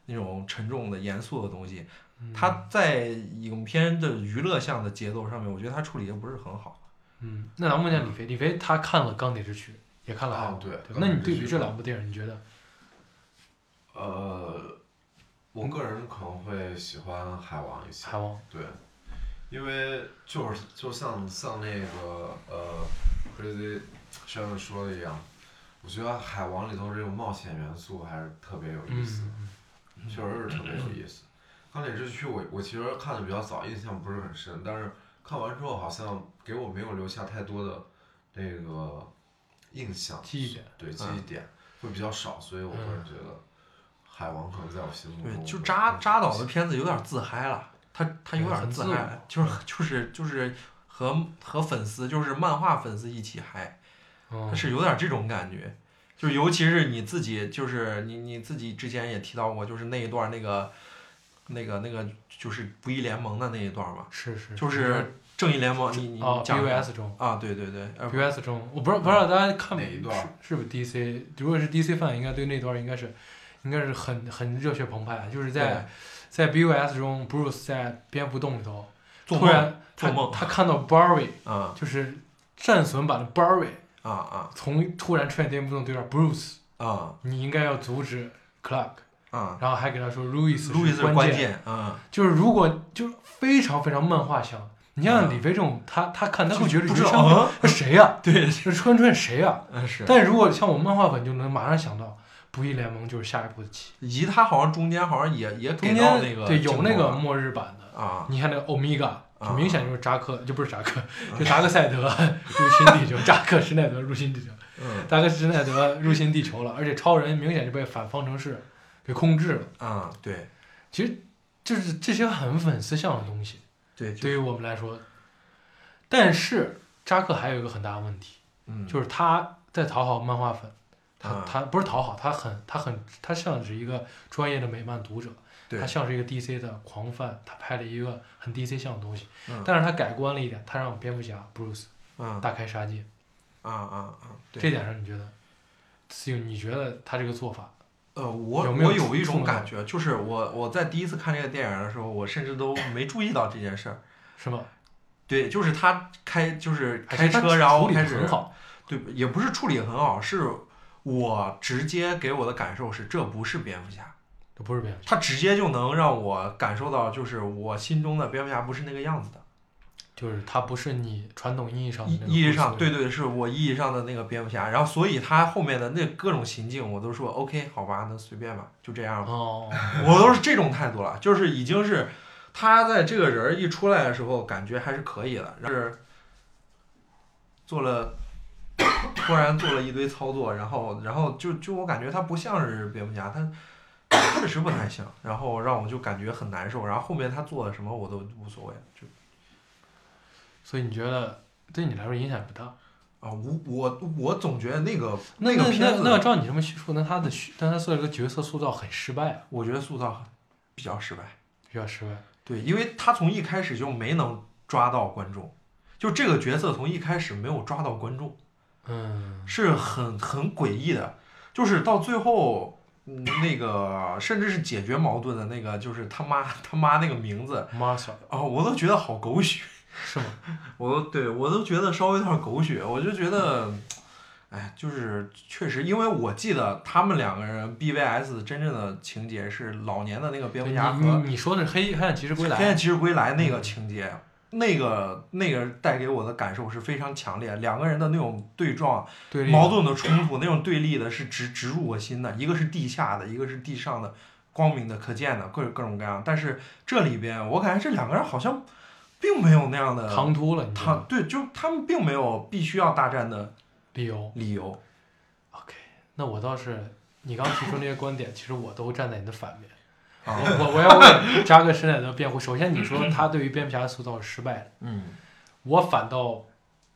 Speaker 4: 那种沉重的严肃的东西，
Speaker 2: 嗯
Speaker 4: 他在影片的娱乐项的节奏上面，我觉得他处理的不是很好。
Speaker 2: 嗯，那咱们问一下李飞，李飞他看了《钢铁之躯》，也看了《海
Speaker 3: 啊
Speaker 2: 王》
Speaker 4: 哦
Speaker 3: 对
Speaker 2: 吧
Speaker 3: 钢
Speaker 2: 那
Speaker 3: 铁
Speaker 2: 你
Speaker 3: 之
Speaker 2: 对比
Speaker 3: 躯
Speaker 2: 这两部电影，你觉得？
Speaker 3: 呃，我个人可能会喜欢海王一些
Speaker 2: 海，王，
Speaker 3: 对，因为就是就像像那个呃 Crazy Sharon 说的一样，我觉得海王里头这种冒险元素还是特别有意思，
Speaker 2: 嗯，
Speaker 3: 确实是特别有意思。钢铁之躯我我其实看的比较早，印象不是很深，但是看完之后好像给我没有留下太多的那个印象，
Speaker 2: 记忆点
Speaker 3: 对记忆点、会比较少，所以我个人觉得海王可能在我心
Speaker 2: 嗯
Speaker 3: 目
Speaker 4: 对，
Speaker 3: 中
Speaker 4: 就
Speaker 3: 没有
Speaker 4: 扎
Speaker 3: 很
Speaker 4: 扎导
Speaker 3: 熟
Speaker 4: 的
Speaker 3: 悉
Speaker 4: 片子有点自嗨了，他他有点
Speaker 2: 很
Speaker 4: 自
Speaker 2: 自
Speaker 4: 嗨
Speaker 2: 我，
Speaker 4: 就是就是就是和和粉丝，就是漫画粉丝一起嗨，
Speaker 2: 嗯
Speaker 4: 他是有点这种感觉。就是尤其是你自己，就是你你自己之前也提到过，就是那一段那个那个那个就是不义联盟的那一段嘛，
Speaker 2: 嗯是是，
Speaker 4: 就是正义联盟，你你你
Speaker 2: 哦
Speaker 4: 讲一下
Speaker 2: ，BVS 中
Speaker 4: 啊，对对对，呃，
Speaker 2: ，BVS 中，我不知道不知道大家看
Speaker 3: 哪一段
Speaker 2: 是是不是 DC？如果是 DC 范，应该对那段应该是应该是很很热血澎湃，就是在在 BVS 中，Bruce 在蝙蝠洞里头
Speaker 4: 做
Speaker 2: 突
Speaker 4: 梦
Speaker 2: 然他
Speaker 4: 做梦
Speaker 2: 他看到 Barry
Speaker 4: 啊
Speaker 2: 就是战损版的 Barry
Speaker 4: 啊啊
Speaker 2: 从突然出现颠覆洞对面 Bruce，
Speaker 4: 啊
Speaker 2: 你应该要阻止 Clark，
Speaker 4: 啊，
Speaker 2: 然后还给他说 Louis
Speaker 4: 路易斯
Speaker 2: 是关
Speaker 4: 关，键啊，
Speaker 2: 就是如果就是非常非常漫画像，你像
Speaker 4: 嗯
Speaker 2: 李飞这种，他他看他会觉得
Speaker 4: 不
Speaker 2: 余
Speaker 4: 知道
Speaker 2: 生 *laughs*
Speaker 4: 啊，
Speaker 2: 这谁呀、
Speaker 4: 对，
Speaker 2: 这穿穿谁呀、
Speaker 4: 嗯是，
Speaker 2: 但如果像我漫画粉，就能马上想到不义联盟就是下一步的棋，
Speaker 4: 以及他好像中间好像也也给
Speaker 2: 中
Speaker 4: 到
Speaker 2: 间
Speaker 4: 那个
Speaker 2: 对有那
Speaker 4: 镜头
Speaker 2: 个
Speaker 4: 了
Speaker 2: 末日版的，
Speaker 4: 啊，
Speaker 2: 你看那个欧米伽，就
Speaker 4: 啊
Speaker 2: 明显就是扎克，就不是扎克，就达克赛 *laughs* 德入侵地球，扎克施耐德入侵地球。
Speaker 4: 嗯
Speaker 2: 达克施耐德入侵地球了，而且超人明显就被反方程式给控制了。
Speaker 4: 啊，对
Speaker 2: 其实就是这些很粉丝向的东西，
Speaker 4: 对就
Speaker 2: 对于我们来说。但是扎克还有一个很大的问题，
Speaker 4: 嗯
Speaker 2: 就是他在讨好漫画粉，他
Speaker 4: 啊
Speaker 2: 他不是讨好，他很他很他像是一个专业的美漫读者，
Speaker 4: 对
Speaker 2: 他像是一个 DC 的狂fan，他拍了一个很 DC 向的东西
Speaker 4: 嗯，
Speaker 2: 但是他改观了一点，他让蝙蝠侠 Bruce
Speaker 4: 啊
Speaker 2: 大开杀戒，
Speaker 4: 啊啊啊，对
Speaker 2: 这点上你觉得，就你觉得他这个做法
Speaker 4: 呃，我
Speaker 2: 有没有
Speaker 4: 我有一
Speaker 2: 触
Speaker 4: 种
Speaker 2: 动
Speaker 4: 感觉，就是我我在第一次看这个电影的时候，我甚至都没注意到这件事儿。
Speaker 2: 是吗？
Speaker 4: 对，就是他开就是
Speaker 2: 还
Speaker 4: 开
Speaker 2: 是他
Speaker 4: 车，然后
Speaker 2: 处理得
Speaker 4: 开始
Speaker 2: 很好，
Speaker 4: 对，也不是处理得很好，是我直接给我的感受是这不是蝙蝠侠，
Speaker 2: 这不是蝙蝠侠，
Speaker 4: 他直接就能让我感受到，就是我心中的蝙蝠侠不是那个样子的。
Speaker 2: 就是他不是你传统意义上的
Speaker 4: 意
Speaker 2: 那个
Speaker 4: 意义上，
Speaker 2: Bruce
Speaker 4: 对对，是我意义上的那个蝙蝠侠。然后，所以他后面的那各种行径，我都说 OK，好吧，那随便吧，就
Speaker 2: *laughs*
Speaker 4: 这样吧。
Speaker 2: 哦，
Speaker 4: 我都是这种态度了，就是已经是他在这个人儿一出来的时候，感觉还是可以的，但是做了突然做了一堆操作，然后然后就就我感觉他不像是蝙蝠侠，他确实不太像，然后让我就感觉很难受。然后后面他做了什么我都无所谓，就
Speaker 2: 所以你觉得对你来说影响也不大？
Speaker 4: 啊，我我我总觉得那个
Speaker 2: 那
Speaker 4: 个
Speaker 2: 那
Speaker 4: 片子，
Speaker 2: 那照你这么叙述，那他的叙，但他做这个角色塑造很失败啊，
Speaker 4: 我觉得塑造比较失败。
Speaker 2: 比较失败。
Speaker 4: 对，因为他从一开始就没能抓到观众，就这个角色从一开始没有抓到观众，
Speaker 2: 嗯，
Speaker 4: 是很很诡异的。就是到最后，嗯那个甚至是解决矛盾的那个，就是他妈他妈那个名字
Speaker 2: 妈小
Speaker 4: 啊、我都觉得好狗血，
Speaker 2: 是吗？
Speaker 4: 我都对我都觉得稍微有点狗血，我就觉得。哎，就是确实，因为我记得他们两个人 BVS 真正的情节是老年的那个蝙蝠侠
Speaker 2: 对
Speaker 4: 和
Speaker 2: 你你你说的是黑黑暗骑士归
Speaker 4: 黑
Speaker 2: 来
Speaker 4: 暗，骑士归来》那个情节，那个那个带给我的感受是非常强烈，两个人的那种对撞、
Speaker 2: 对立
Speaker 4: 矛盾的冲突，那种对立的是直直入我心的，一个是地下的，一个是地上的，光明的、可见的，各各种各样。但是这里边，我感觉这两个人好像并没有那样的
Speaker 2: 唐突了，你觉
Speaker 4: 唐
Speaker 2: 得
Speaker 4: 对，就他们并没有必须要大战的
Speaker 2: 理由
Speaker 4: 理由。
Speaker 2: ？OK，那我倒是你刚提出那些观点，其实我都站在你的反面。
Speaker 4: 啊
Speaker 2: 我我我要为扎克施耐德辩护。首先，你说他对于蝙蝠侠的塑造是失败的，
Speaker 4: 嗯
Speaker 2: 我反倒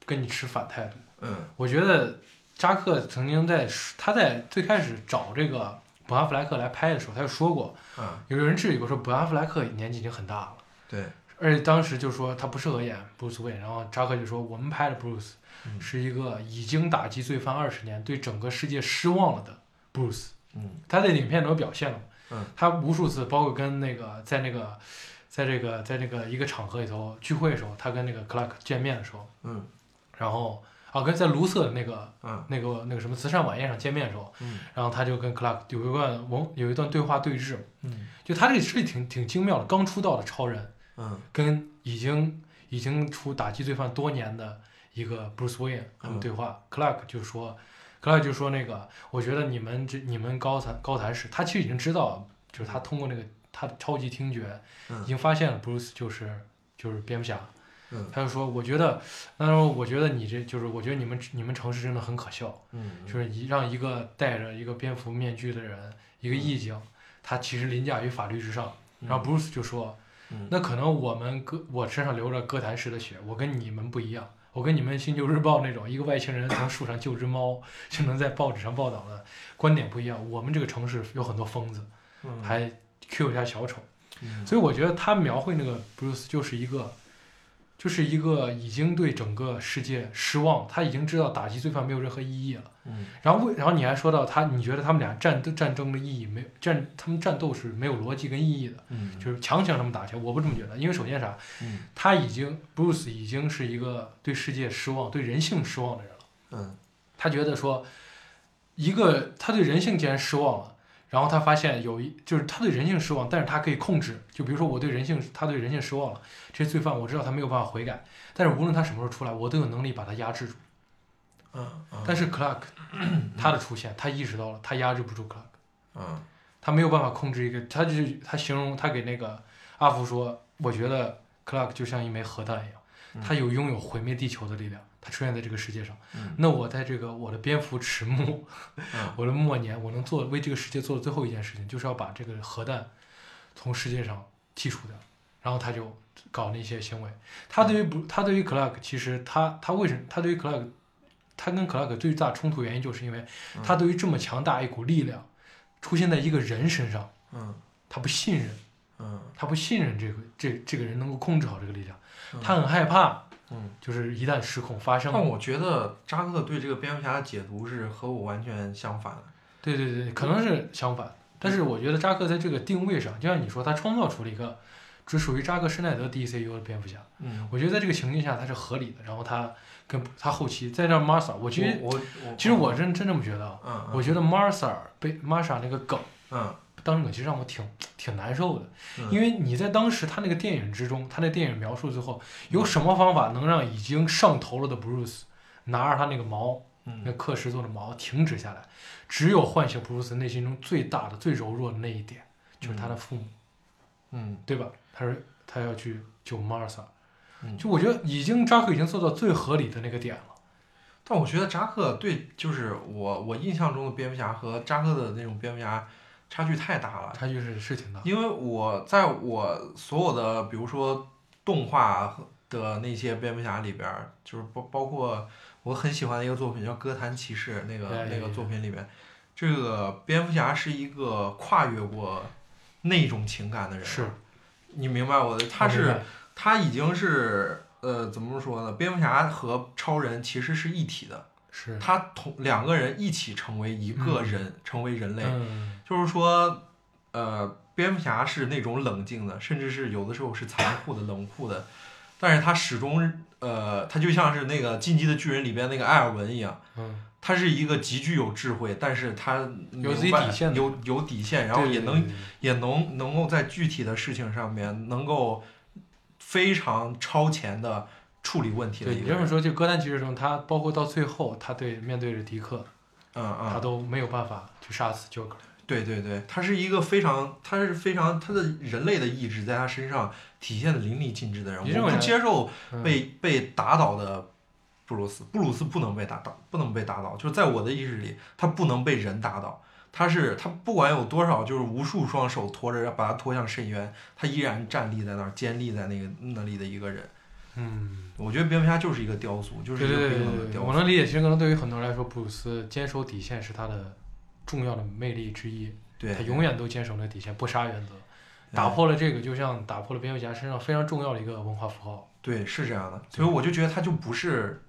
Speaker 2: 跟你持反态度。
Speaker 4: 嗯
Speaker 2: 我觉得扎克曾经在他在最开始找这个本阿弗莱克来拍的时候，他就说过，
Speaker 4: 啊，
Speaker 2: 有人质疑过说本阿弗莱克年纪已经很大了，
Speaker 4: 对，
Speaker 2: 而且当时就说他不适合演布鲁斯韦恩，然后扎克就说我们拍的布鲁斯
Speaker 4: 嗯
Speaker 2: 是一个已经打击罪犯二十年、对整个世界失望了的布鲁斯。
Speaker 4: 嗯
Speaker 2: 他在影片里头表现了嘛，
Speaker 4: 嗯
Speaker 2: 他无数次，包括跟那个在那个，在这个在这个一个场合里头聚会的时候，他跟那个 Clark 见面的时候，
Speaker 4: 嗯
Speaker 2: 然后啊跟在卢瑟的那个
Speaker 4: 嗯
Speaker 2: 那个那个什么慈善晚宴上见面的时候，
Speaker 4: 嗯
Speaker 2: 然后他就跟 Clark 有一段文有一段对话对峙嘛，
Speaker 4: 嗯
Speaker 2: 就他这个是挺挺精妙的，刚出道的超人，
Speaker 4: 嗯
Speaker 2: 跟已经已经处打击罪犯多年的一个 Bruce Wayne 他
Speaker 4: 嗯
Speaker 2: 们对话、c l a r k 就说，Clark 就说那个，我觉得你们这你们高谈高谈市，他其实已经知道，就是他通过那个他的超级听觉，
Speaker 4: 嗯
Speaker 2: 已经发现了 Bruce 就是就是蝙蝠侠，
Speaker 4: 嗯
Speaker 2: 他就说，我觉得，那时候我觉得你这就是，我觉得你们你们城市真的很可笑，
Speaker 4: 嗯，
Speaker 2: 就是一让一个戴着一个蝙蝠面具的人，一
Speaker 4: 嗯
Speaker 2: 个义警，他其实凌驾于法律之上。然后 Bruce 就说
Speaker 4: 嗯：“
Speaker 2: 那可能我们哥我身上流着哥谭市的血，我跟你们不一样，我跟你们《星球日报》那种一个外星人从树上救只猫就能在报纸上报道的观点不一样。我们这个城市有很多疯子，
Speaker 4: 嗯
Speaker 2: 还 Q 一下小丑。
Speaker 4: 嗯
Speaker 2: 所以我觉得他描绘那个 Bruce 就是一个，就是一个已经对整个世界失望，他已经知道打击罪犯没有任何意义了。
Speaker 4: 嗯
Speaker 2: 然后为，然后你还说到他，你觉得他们俩战斗战争的意义没有战，他们战斗是没有逻辑跟意义的，
Speaker 4: 嗯
Speaker 2: 就是强行他们打起来，我不这么觉得。因为首先啥，
Speaker 4: 嗯
Speaker 2: 他已经 Bruce 已经是一个对世界失望、对人性失望的人了。
Speaker 4: 嗯
Speaker 2: 他觉得说，一个他对人性既然失望了，然后他发现有一就是他对人性失望，但是他可以控制。就比如说我对人性，他对人性失望了，这些罪犯我知道他没有办法悔改，但是无论他什么时候出来，我都有能力把他压制住。
Speaker 4: 嗯，嗯
Speaker 2: 但是 Clark 他的出现，他意识到了，他压制不住 Clark，
Speaker 4: 嗯
Speaker 2: 他没有办法控制一个，他就是他形容他给那个阿福说，我觉得 Clark 就像一枚核弹一样，他有拥有毁灭地球的力量，他出现在这个世界上。
Speaker 4: 嗯
Speaker 2: 那我在这个我的蝙蝠迟暮，
Speaker 4: 嗯
Speaker 2: *laughs* 我的末年，我能做为这个世界做的最后一件事情，就是要把这个核弹从世界上剔除掉。然后他就搞那些行为，他对于不，他对于 Clark 其实他他为什么他对于 Clark，他跟 Clark 最大冲突原因就是因为
Speaker 4: 嗯
Speaker 2: 他对于这么强大一股力量出现在一个人身上，
Speaker 4: 嗯
Speaker 2: 他不信任，
Speaker 4: 嗯
Speaker 2: 他不信任这个这这个人能够控制好这个力量，
Speaker 4: 嗯
Speaker 2: 他很害怕，
Speaker 4: 嗯，哦
Speaker 2: 就是一旦失控发生了，
Speaker 4: 但我觉得扎克对这个蝙蝠侠的解读是和我完全相反的。
Speaker 2: 对对对，可能是相
Speaker 4: 嗯
Speaker 2: 反。但是我觉得扎克在这个定位上，就像你说，他创造出了一个只属于扎克施耐德 DCU 的蝙蝠侠。
Speaker 4: 嗯，
Speaker 2: 我觉得在这个情境下，他是合理的。然后他跟他后期再让 Martha，我
Speaker 4: 我
Speaker 2: 其实
Speaker 4: 我我
Speaker 2: 其实我真真这么觉得啊，
Speaker 4: 嗯
Speaker 2: 我觉得 Martha 被 Martha 那个梗
Speaker 4: 嗯
Speaker 2: 当梗，其实让我挺挺难受的
Speaker 4: 嗯，
Speaker 2: 因为你在当时他那个电影之中，他那电影描述最后
Speaker 4: 嗯
Speaker 2: 有什么方法能让已经上头了的 Bruce 拿着他那个矛那
Speaker 4: 嗯
Speaker 2: 刻石做的矛停止下来，只有唤醒普鲁斯内心中最大的、最柔弱的那一点，就是他的父母，
Speaker 4: 嗯
Speaker 2: 对吧？他说他要去救 Martha，
Speaker 4: 嗯，
Speaker 2: 就我觉得已经扎克已经做到最合理的那个点了。
Speaker 4: 但我觉得扎克对，就是我我印象中的蝙蝠侠和扎克的那种蝙蝠侠差距太大了，
Speaker 2: 他就是是挺大，
Speaker 4: 因为我在我所有的比如说动画的那些蝙蝠侠里边儿，就是包包括我很喜欢的一个作品叫《哥谭骑士》，那个
Speaker 2: 哎
Speaker 4: 那个作品里面，这个蝙蝠侠是一个跨越过那种情感的人，
Speaker 2: 是，
Speaker 4: 你明白我的，啊他
Speaker 2: 我明
Speaker 4: 是
Speaker 2: 白
Speaker 4: 他已经是呃怎么说呢？蝙蝠侠和超人其实是一体的。
Speaker 2: 是，
Speaker 4: 他同两个人一起成为一个
Speaker 2: 嗯
Speaker 4: 人，成为人类，
Speaker 2: 嗯，
Speaker 4: 就是说，呃，蝙蝠侠是那种冷静的，甚至是有的时候是残酷的、冷酷的，但是他始终，呃，他就像是那个《进击的巨人》里边那个艾尔文一样，
Speaker 2: 嗯，
Speaker 4: 他是一个极具有智慧，但是他
Speaker 2: 有自己
Speaker 4: 明白
Speaker 2: 底线的
Speaker 4: 有有底线，然后
Speaker 2: 对
Speaker 4: 也
Speaker 2: 对
Speaker 4: 能
Speaker 2: 对对
Speaker 4: 也能能够在具体的事情上面能够非常超前的处理问题的
Speaker 2: 对
Speaker 4: 一
Speaker 2: 你
Speaker 4: 个
Speaker 2: 这么
Speaker 4: 人，
Speaker 2: 说，就哥谭骑士中，他包括到最后，他对面对着迪克，
Speaker 4: 嗯嗯
Speaker 2: 他。都没有办法去杀死 Joker，
Speaker 4: 对对对，他是一个非常，他是非常他的人类的意志在他身上体现的淋漓尽致的人。
Speaker 2: 你认
Speaker 4: 我
Speaker 2: 为
Speaker 4: 不
Speaker 2: 呢
Speaker 4: 接受
Speaker 2: 嗯
Speaker 4: 被、被打倒的布鲁斯，布鲁斯不能被打倒，不能被打倒，就是在我的意识里，他不能被人打倒。他是他不管有多少，就是无数双手拖着把他拖向深渊，他依然站立在那儿，坚立在那个那里的一个人。
Speaker 2: 嗯。
Speaker 4: 我觉得蝙蝠侠就是一个雕塑，就是
Speaker 2: 对
Speaker 4: 一个
Speaker 2: 对对
Speaker 4: 冰冷
Speaker 2: 对
Speaker 4: 的
Speaker 2: 对，
Speaker 4: 雕
Speaker 2: 我
Speaker 4: 塑。
Speaker 2: 能理解。其实可能对于很多人来说，布鲁斯坚守底线是他的重要的魅力之一，
Speaker 4: 对，
Speaker 2: 他永远都坚守那个底线，不杀原则。打
Speaker 4: 嗯
Speaker 2: 破了这个，就像打破了蝙蝠侠身上非常重要的一个文化符号。
Speaker 4: 对，是这样的，所以我就觉得他就不是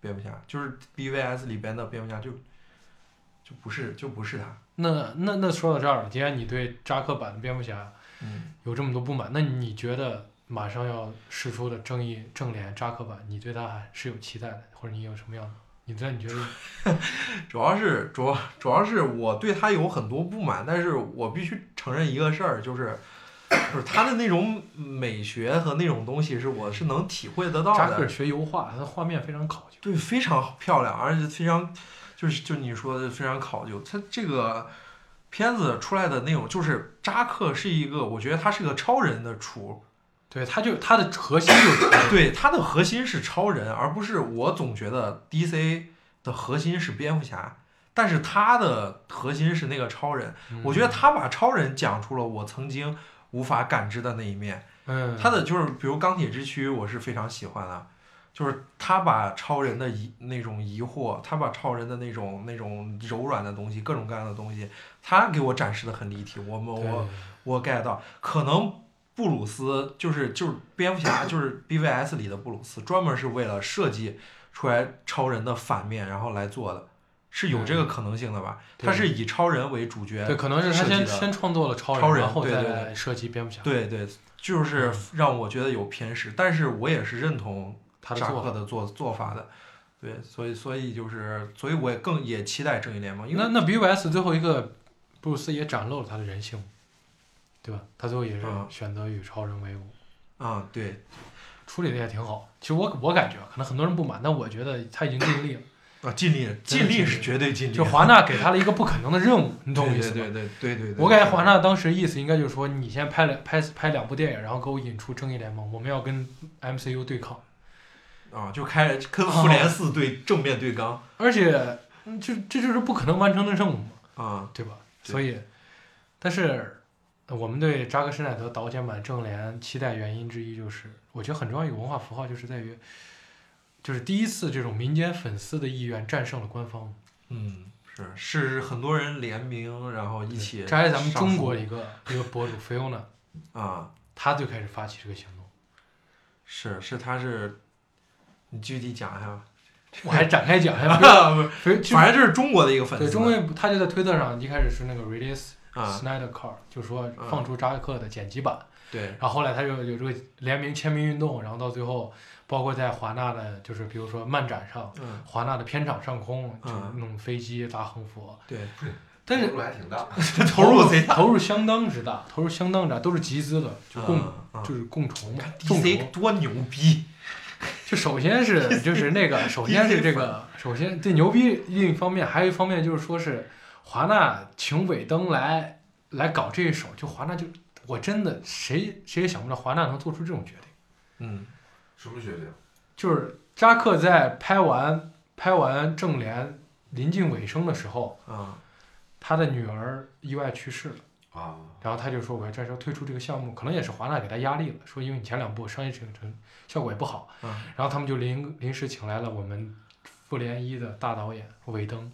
Speaker 4: 蝙蝠侠，就是 BVS 里边的蝙蝠侠就就不是就不是他。
Speaker 2: 那那那说到这儿了，既然你对扎克版的蝙蝠侠
Speaker 4: 嗯，
Speaker 2: 有这么多不满，那你觉得马上要释出的正义正脸扎克版，你对他还是有期待的，或者你有什么样的？你在你觉得？
Speaker 4: 主要是主要主要是我对他有很多不满，但是我必须承认一个事儿，就是就是他的那种美学和那种东西是我是能体会得到
Speaker 2: 扎克
Speaker 4: 的
Speaker 2: 尔，学油画，他的画面非常考究。
Speaker 4: 对，非常漂亮，而且非常就是就你说的非常考究。他这个片子出来的那种，就是扎克是一个，我觉得他是个超人的厨，
Speaker 2: 对，他就他的核心就是
Speaker 4: *coughs* 对，它的核心是超人，而不是我总觉得 DC 的核心是蝙蝠侠，但是它的核心是那个超人。
Speaker 2: 嗯
Speaker 4: 我觉得他把超人讲出了我曾经无法感知的那一面。
Speaker 2: 嗯，
Speaker 4: 他的就是比如钢铁之躯，我是非常喜欢的，就是他把超人的疑那种疑惑，他把超人的那种那种柔软的东西，各种各样的东西，他给我展示的很立体。我们
Speaker 2: 对
Speaker 4: 我我 get 到，可能布鲁斯就是就是蝙蝠侠就是 BVS 里的布鲁斯，专门是为了设计出来超人的反面，然后来做的，是有这个可能性的吧？
Speaker 2: 嗯对
Speaker 4: 他是以超人为主角，
Speaker 2: 对，可能是他
Speaker 4: 设计
Speaker 2: 先
Speaker 4: 的
Speaker 2: 先创作了超人，
Speaker 4: 超人
Speaker 2: 然后
Speaker 4: 对对
Speaker 2: 再设计蝙蝠侠。
Speaker 4: 对对，
Speaker 2: 嗯
Speaker 4: 就是让我觉得有偏食，但是我也是认同
Speaker 2: 他的
Speaker 4: 扎
Speaker 2: 做
Speaker 4: 克
Speaker 2: 法。
Speaker 4: 的做做法的，对，所以所以就是，所以我也更也期待正义联盟，因为
Speaker 2: 那那 BVS 最后一个布鲁斯也展露了他的人性，对吧？他最后也是
Speaker 4: 嗯
Speaker 2: 选择与超人为伍，
Speaker 4: 啊、对
Speaker 2: 处理的也挺好。其实我我感觉啊可能很多人不满，但我觉得他已经尽力了。
Speaker 4: 啊，尽力
Speaker 2: 真的
Speaker 4: 尽力
Speaker 2: 尽
Speaker 4: 是
Speaker 2: 力
Speaker 4: 绝对尽力
Speaker 2: 就
Speaker 4: 了，
Speaker 2: 华纳给他了一个不可能的任务，你
Speaker 4: 对
Speaker 2: 懂我意
Speaker 4: 对
Speaker 2: 思吗？
Speaker 4: 对对对对对，
Speaker 2: 我感觉
Speaker 4: 是
Speaker 2: 华纳当时意思应该就是说，你先拍两拍拍两部电影，然后给我引出正义联盟，我们要跟 MCU 对抗。
Speaker 4: 啊，就开始
Speaker 2: 哦
Speaker 4: 跟复联四对正面对刚
Speaker 2: 而且，嗯就这就是不可能完成的任务嘛，
Speaker 4: 啊，
Speaker 2: 对吧？
Speaker 4: 对
Speaker 2: 所以，但是呃我们对扎克施耐德导剪版正联期待原因之一就是，我觉得很重要一个文化符号就是在于，就是第一次这种民间粉丝的意愿战胜了官方，
Speaker 4: 嗯，是是很多人联名，然后一起
Speaker 2: 这还是咱们
Speaker 4: 上
Speaker 2: 中
Speaker 4: 书
Speaker 2: 国一个一个博主菲欧娜，
Speaker 4: 啊，
Speaker 2: 他就开始发起这个行动，
Speaker 4: 是是他是，你具体讲一下
Speaker 2: 我还展开讲一 *laughs* 下，
Speaker 4: 吧，不是
Speaker 2: 菲其实
Speaker 4: 啊反正就是中国的一个粉
Speaker 2: 对
Speaker 4: 丝，
Speaker 2: 中国他就在推特上一开始是那个 release
Speaker 4: 啊，
Speaker 2: Snyder Cut，、就是说放出扎克的剪辑版。
Speaker 4: 对
Speaker 2: 然后后来他就有这个联名签名运动，然后到最后，包括在华纳的，就是比如说漫展上，
Speaker 4: 嗯
Speaker 2: 华纳的片场上空，就
Speaker 4: 嗯
Speaker 2: 是弄飞机搭横幅，
Speaker 4: 对，
Speaker 2: 但
Speaker 3: 投
Speaker 2: 是
Speaker 3: 入还挺大。
Speaker 4: 投入贼大，
Speaker 2: 投入相当之大，投入相当之大，都是集资的，就共、
Speaker 4: 啊啊
Speaker 2: 就是共筹嘛，众筹。
Speaker 4: DC 多牛逼
Speaker 2: 就首先是就是那个，首先是这个，首先这牛逼另一方面，还有一方面就是说是华纳请尾灯来来搞这一手，就华纳就我真的谁谁也想不到华纳能做出这种决定。
Speaker 4: 嗯，
Speaker 3: 什么决定？
Speaker 2: 就是扎克在拍完拍完正联临近尾声的时候，
Speaker 4: 啊
Speaker 2: 他的女儿意外去世了，
Speaker 3: 啊，
Speaker 2: 然后他就说我要暂时退出这个项目，可能也是华纳给他压力了，说因为你前两部商业成成效果也不好，
Speaker 4: 嗯
Speaker 2: 然后他们就临临时请来了我们复联一的大导演韦登，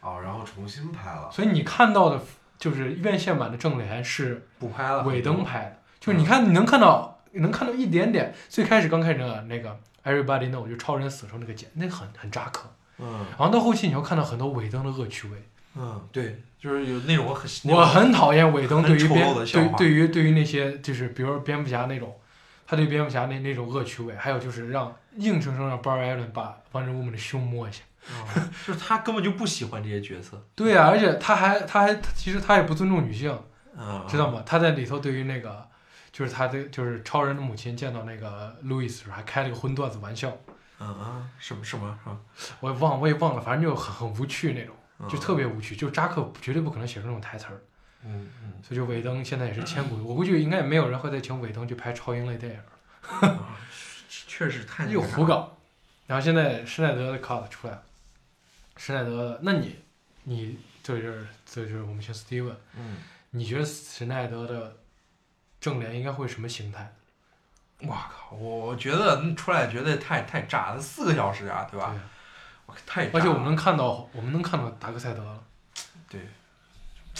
Speaker 3: 哦，然后重新拍了。
Speaker 2: 所以你看到的就是院线版的正联是
Speaker 4: 补拍了
Speaker 2: 韦登拍的，就是你看你能看到你能看到一点点，最开始刚开始那个那个 Everybody Know 就超人死成那个剪，那很很扎克。
Speaker 4: 嗯
Speaker 2: 然后到后期你会看到很多尾灯的恶趣味。
Speaker 4: 嗯，对，就是有那种很
Speaker 2: 我很讨厌尾灯对于
Speaker 4: 很丑
Speaker 2: 蝙
Speaker 4: 陋的笑
Speaker 2: 对
Speaker 4: 话
Speaker 2: 对于对于那些就是比如说蝙蝠侠那种，他对蝙蝠侠那那种恶趣味，还有就是让硬生生让 Barry Allen 把 Wonder Woman 的胸摸一下。
Speaker 4: 嗯就是他根本就不喜欢这些角色，
Speaker 2: 对啊，而且他还他还其实他也不尊重女性，
Speaker 4: 嗯，
Speaker 2: 知道吗？他在里头对于那个就是他对就是超人的母亲见到那个 Louis 时候还开了个荤段子玩笑，
Speaker 4: 嗯啊，什么什么啊，
Speaker 2: 我也忘我也忘了，反正就很很无趣那种，
Speaker 4: 嗯
Speaker 2: 就特别无趣，就扎克绝对不可能写出那种台词儿。
Speaker 4: 嗯嗯
Speaker 2: 所以就尾灯现在也是千古，我估计应该也没有人会再请尾灯去拍超英类电影了，
Speaker 4: 啊，确实太那
Speaker 2: 又
Speaker 4: 个啥
Speaker 2: 胡搞。然后现在施耐德的 cut 出来了，施耐德，那你你这就是这就是我们学 Steven，
Speaker 4: 嗯，
Speaker 2: 你觉得施耐德的正联应该会什么形态？
Speaker 4: 哇靠！我我觉得嗯出来绝对太太炸了，四个小时啊，对
Speaker 2: 对
Speaker 4: 吧？
Speaker 2: 啊，
Speaker 4: 我太炸了
Speaker 2: 而且我们能看到我们能看到达克赛德了，
Speaker 4: 对，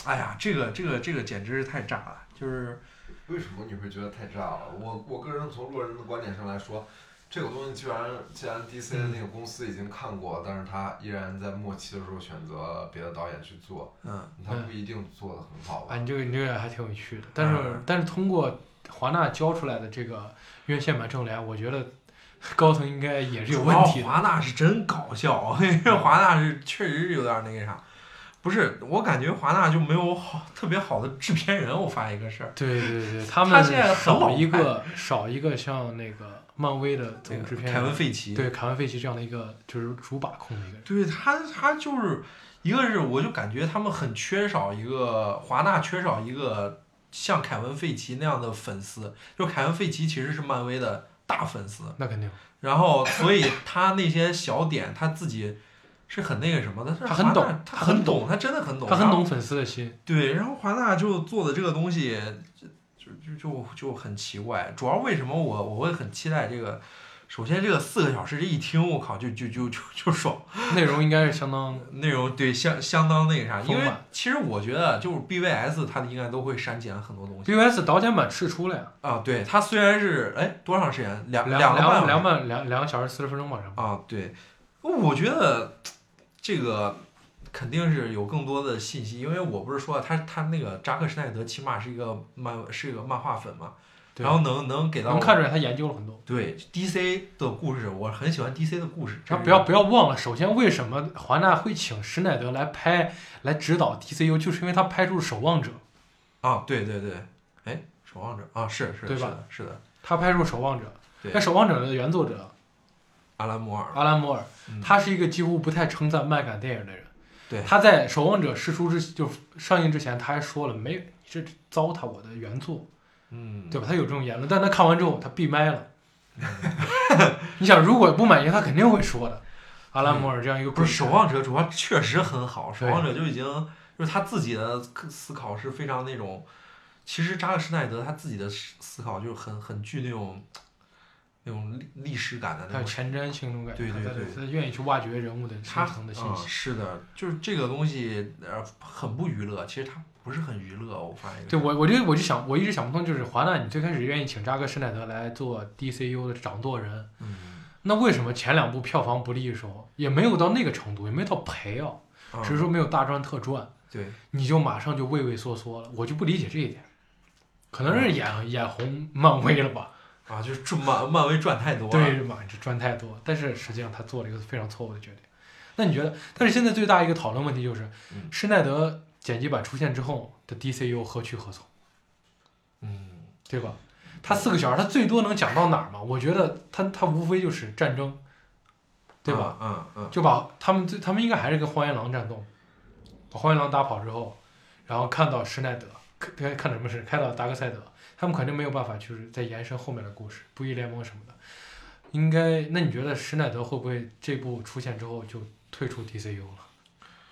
Speaker 4: 哎呀，这个这个这个简直是太炸了，就是
Speaker 3: 为什么你会觉得太炸了？我我个人从路人的观点上来说，这个东西居然既然 DC 的那个公司已经看过，但是他依然在末期的时候选择了别的导演去做，
Speaker 4: 嗯
Speaker 3: 他不一定做的很好吧
Speaker 2: 啊，？你这个你这个还挺有趣的，但是、
Speaker 4: 嗯
Speaker 2: 但是通过华纳教出来的这个院线版正联，我觉得高层应该也是有问题的
Speaker 4: 主 *laughs* 要。华纳是真搞笑，华纳是确实是有点那个啥，不是，我感觉华纳就没有好特别好的制片人，我发现一个事儿。
Speaker 2: 对对
Speaker 4: *laughs*
Speaker 2: 对，他
Speaker 4: 他
Speaker 2: 们
Speaker 4: 现在很
Speaker 2: 少
Speaker 4: 老
Speaker 2: 一个少一个像那个漫威的
Speaker 4: 那
Speaker 2: 总制
Speaker 4: 个
Speaker 2: 片
Speaker 4: 凯文
Speaker 2: 人，
Speaker 4: 费奇，
Speaker 2: 对凯文费奇这样的一个就是主把控的一个人。
Speaker 4: 对他，他就是一个是，我就感觉他们很缺少一个华纳缺少一个像凯文费奇那样的粉丝，就凯文费奇其实是漫威的大粉丝，
Speaker 2: 那肯定，
Speaker 4: 然后
Speaker 2: *laughs*
Speaker 4: 所以他那些小点他自己是很那个什么的，
Speaker 2: 他很
Speaker 4: 华纳
Speaker 2: 懂
Speaker 4: 他
Speaker 2: 他
Speaker 4: 很
Speaker 2: 很懂
Speaker 4: 懂，他真的很懂，
Speaker 2: 他很懂粉丝的心。
Speaker 4: 对，然后华纳就做的这个东西就就就就很奇怪。主要为什么我我会很期待这个？首先，这个四个小时这一听，我靠，就就就就就爽。
Speaker 2: 内容应该是相
Speaker 4: *laughs*
Speaker 2: 当
Speaker 4: 内容对相相当那个啥，因
Speaker 2: 丰
Speaker 4: 为
Speaker 2: 满
Speaker 4: 其实我觉得就是 BVS 它应该都会删减很多东西
Speaker 2: BVS 导剪版试出了呀，
Speaker 4: 啊。对，它虽然是哎多长时间两
Speaker 2: 两
Speaker 4: 个半
Speaker 2: 两
Speaker 4: 小
Speaker 2: 两
Speaker 4: 时
Speaker 2: 万两两个小时四十分钟吧，差不多。
Speaker 4: 啊，对，我觉得这个肯定是有更多的信息，因为我不是说他他那个扎克施耐德起码是一个漫是一个漫画粉嘛，
Speaker 2: 对
Speaker 4: 然后能能给到
Speaker 2: 能
Speaker 4: 我
Speaker 2: 看出来他研究了很多。
Speaker 4: 对 DC 的故事，我很喜欢 DC 的故事。这
Speaker 2: 然后
Speaker 4: 是
Speaker 2: 不要不要忘了，首先为什么华纳会请施耐德来拍来指导 DCU，就是因为他拍出了《守望者》，
Speaker 4: 啊，对对对，哎，守望者啊，是是
Speaker 2: 对
Speaker 4: 是
Speaker 2: 吧
Speaker 4: 的，是的，
Speaker 2: 他拍出了《守望者》。
Speaker 4: 对
Speaker 2: 那《守望者》的原作者
Speaker 4: 阿兰摩尔。
Speaker 2: 阿兰·摩尔
Speaker 4: 嗯，
Speaker 2: 他是一个几乎不太称赞麦感电影的人。
Speaker 4: 对
Speaker 2: 他在《守望者》释出之就上映之前，他还说了没有，你这糟蹋我的原作，
Speaker 4: 嗯，
Speaker 2: 对吧？他有这种言论，但他看完之后他闭麦了。 *laughs* 你想，如果不满意，他肯定会说的。阿兰·摩尔这样一个
Speaker 4: 不是《守
Speaker 2: 手
Speaker 4: 望者》，主要确实很好，《守
Speaker 2: 对
Speaker 4: 望者》就已经就是他自己的思考是非常那种，其实扎克施耐德他自己的思思考就是很很具那种那种历历史感的
Speaker 2: 他
Speaker 4: 那
Speaker 2: 有
Speaker 4: 种。
Speaker 2: 前瞻性那种感觉，
Speaker 4: 对对
Speaker 2: 他在
Speaker 4: 对
Speaker 2: 他愿意去挖掘人物的深
Speaker 4: 他
Speaker 2: 层的信
Speaker 4: 嗯
Speaker 2: 息。
Speaker 4: 是的，就是这个东西呃很不娱乐，其实他不是很娱乐，我发现。
Speaker 2: 对，我，我就我就想，我一直想不通，就是华纳，你最开始愿意请扎克施耐德来做 DCU 的掌舵人，
Speaker 4: 嗯，
Speaker 2: 那为什么前两部票房不利的时候，也没有到那个程度，也没有到赔啊，
Speaker 4: 嗯
Speaker 2: 只是说没有大赚特赚，
Speaker 4: 对，
Speaker 2: 你就马上就畏畏缩缩了，我就不理解这一点，可能是眼、
Speaker 4: 嗯
Speaker 2: 眼红漫威了吧，
Speaker 4: 啊，就是赚漫漫威赚太多了。
Speaker 2: 对嘛，这赚太多，但是实际上他做了一个非常错误的决定。那你觉得？但是现在最大一个讨论问题就是
Speaker 4: 嗯，
Speaker 2: 施耐德剪辑版出现之后的 DCU 何去何从？
Speaker 4: 嗯，
Speaker 2: 对吧？他四个小时，他最多能讲到哪儿嘛？我觉得他他无非就是战争，对吧？
Speaker 4: 吧？嗯嗯，
Speaker 2: 就把他们最他们应该还是跟荒原狼战斗，把荒原狼打跑之后，然后看到施耐德，看看到什么事？看到达克赛德，他们肯定没有办法，就是再延伸后面的故事，不义联盟什么的。应该，那你觉得施耐德会不会这部出现之后就退出 DCU 了？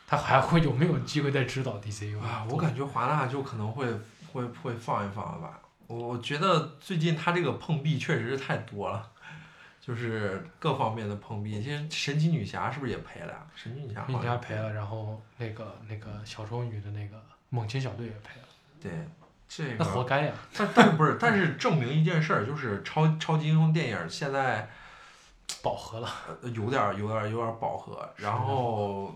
Speaker 2: 他还会有没有机会再指导 DCU
Speaker 4: 啊，我感觉华纳就可能会会会放一放了吧。我我觉得最近他这个碰壁确实是太多了，就是各方面的碰壁。其实神奇女侠是不是也赔了呀？神奇女侠
Speaker 2: 人
Speaker 4: 好
Speaker 2: 家
Speaker 4: 像
Speaker 2: 赔。了，然后那个那个小丑女的那个猛禽小队也赔了，
Speaker 4: 对，这
Speaker 2: 那活
Speaker 4: 个，
Speaker 2: 该呀！
Speaker 4: 但但不是，但是证明一件事儿，就是超超级英雄电影现在
Speaker 2: 饱和了，
Speaker 4: 呃有点儿有点儿有点儿饱和，然后。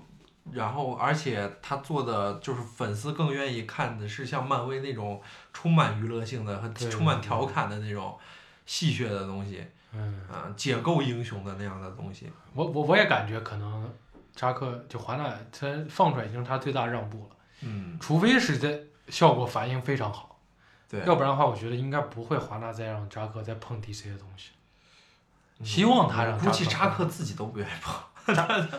Speaker 4: 然后，而且他做的就是粉丝更愿意看的是像漫威那种充满娱乐性的和
Speaker 2: 对
Speaker 4: 充满
Speaker 2: 对
Speaker 4: 调侃的那种戏谑的东西。
Speaker 2: 嗯，
Speaker 4: 啊，解构英雄的那样的东西。
Speaker 2: 我我我也感觉可能扎克就华纳他放出来已经是他最大让步了，
Speaker 4: 嗯，
Speaker 2: 除非是在效果反应非常好，
Speaker 4: 对，
Speaker 2: 要不然的话，我觉得应该不会华纳再让扎克再碰 DC 的东西。希望他让
Speaker 4: 嗯估计
Speaker 2: 扎
Speaker 4: 扎
Speaker 2: 克
Speaker 4: 克自己都不愿意碰。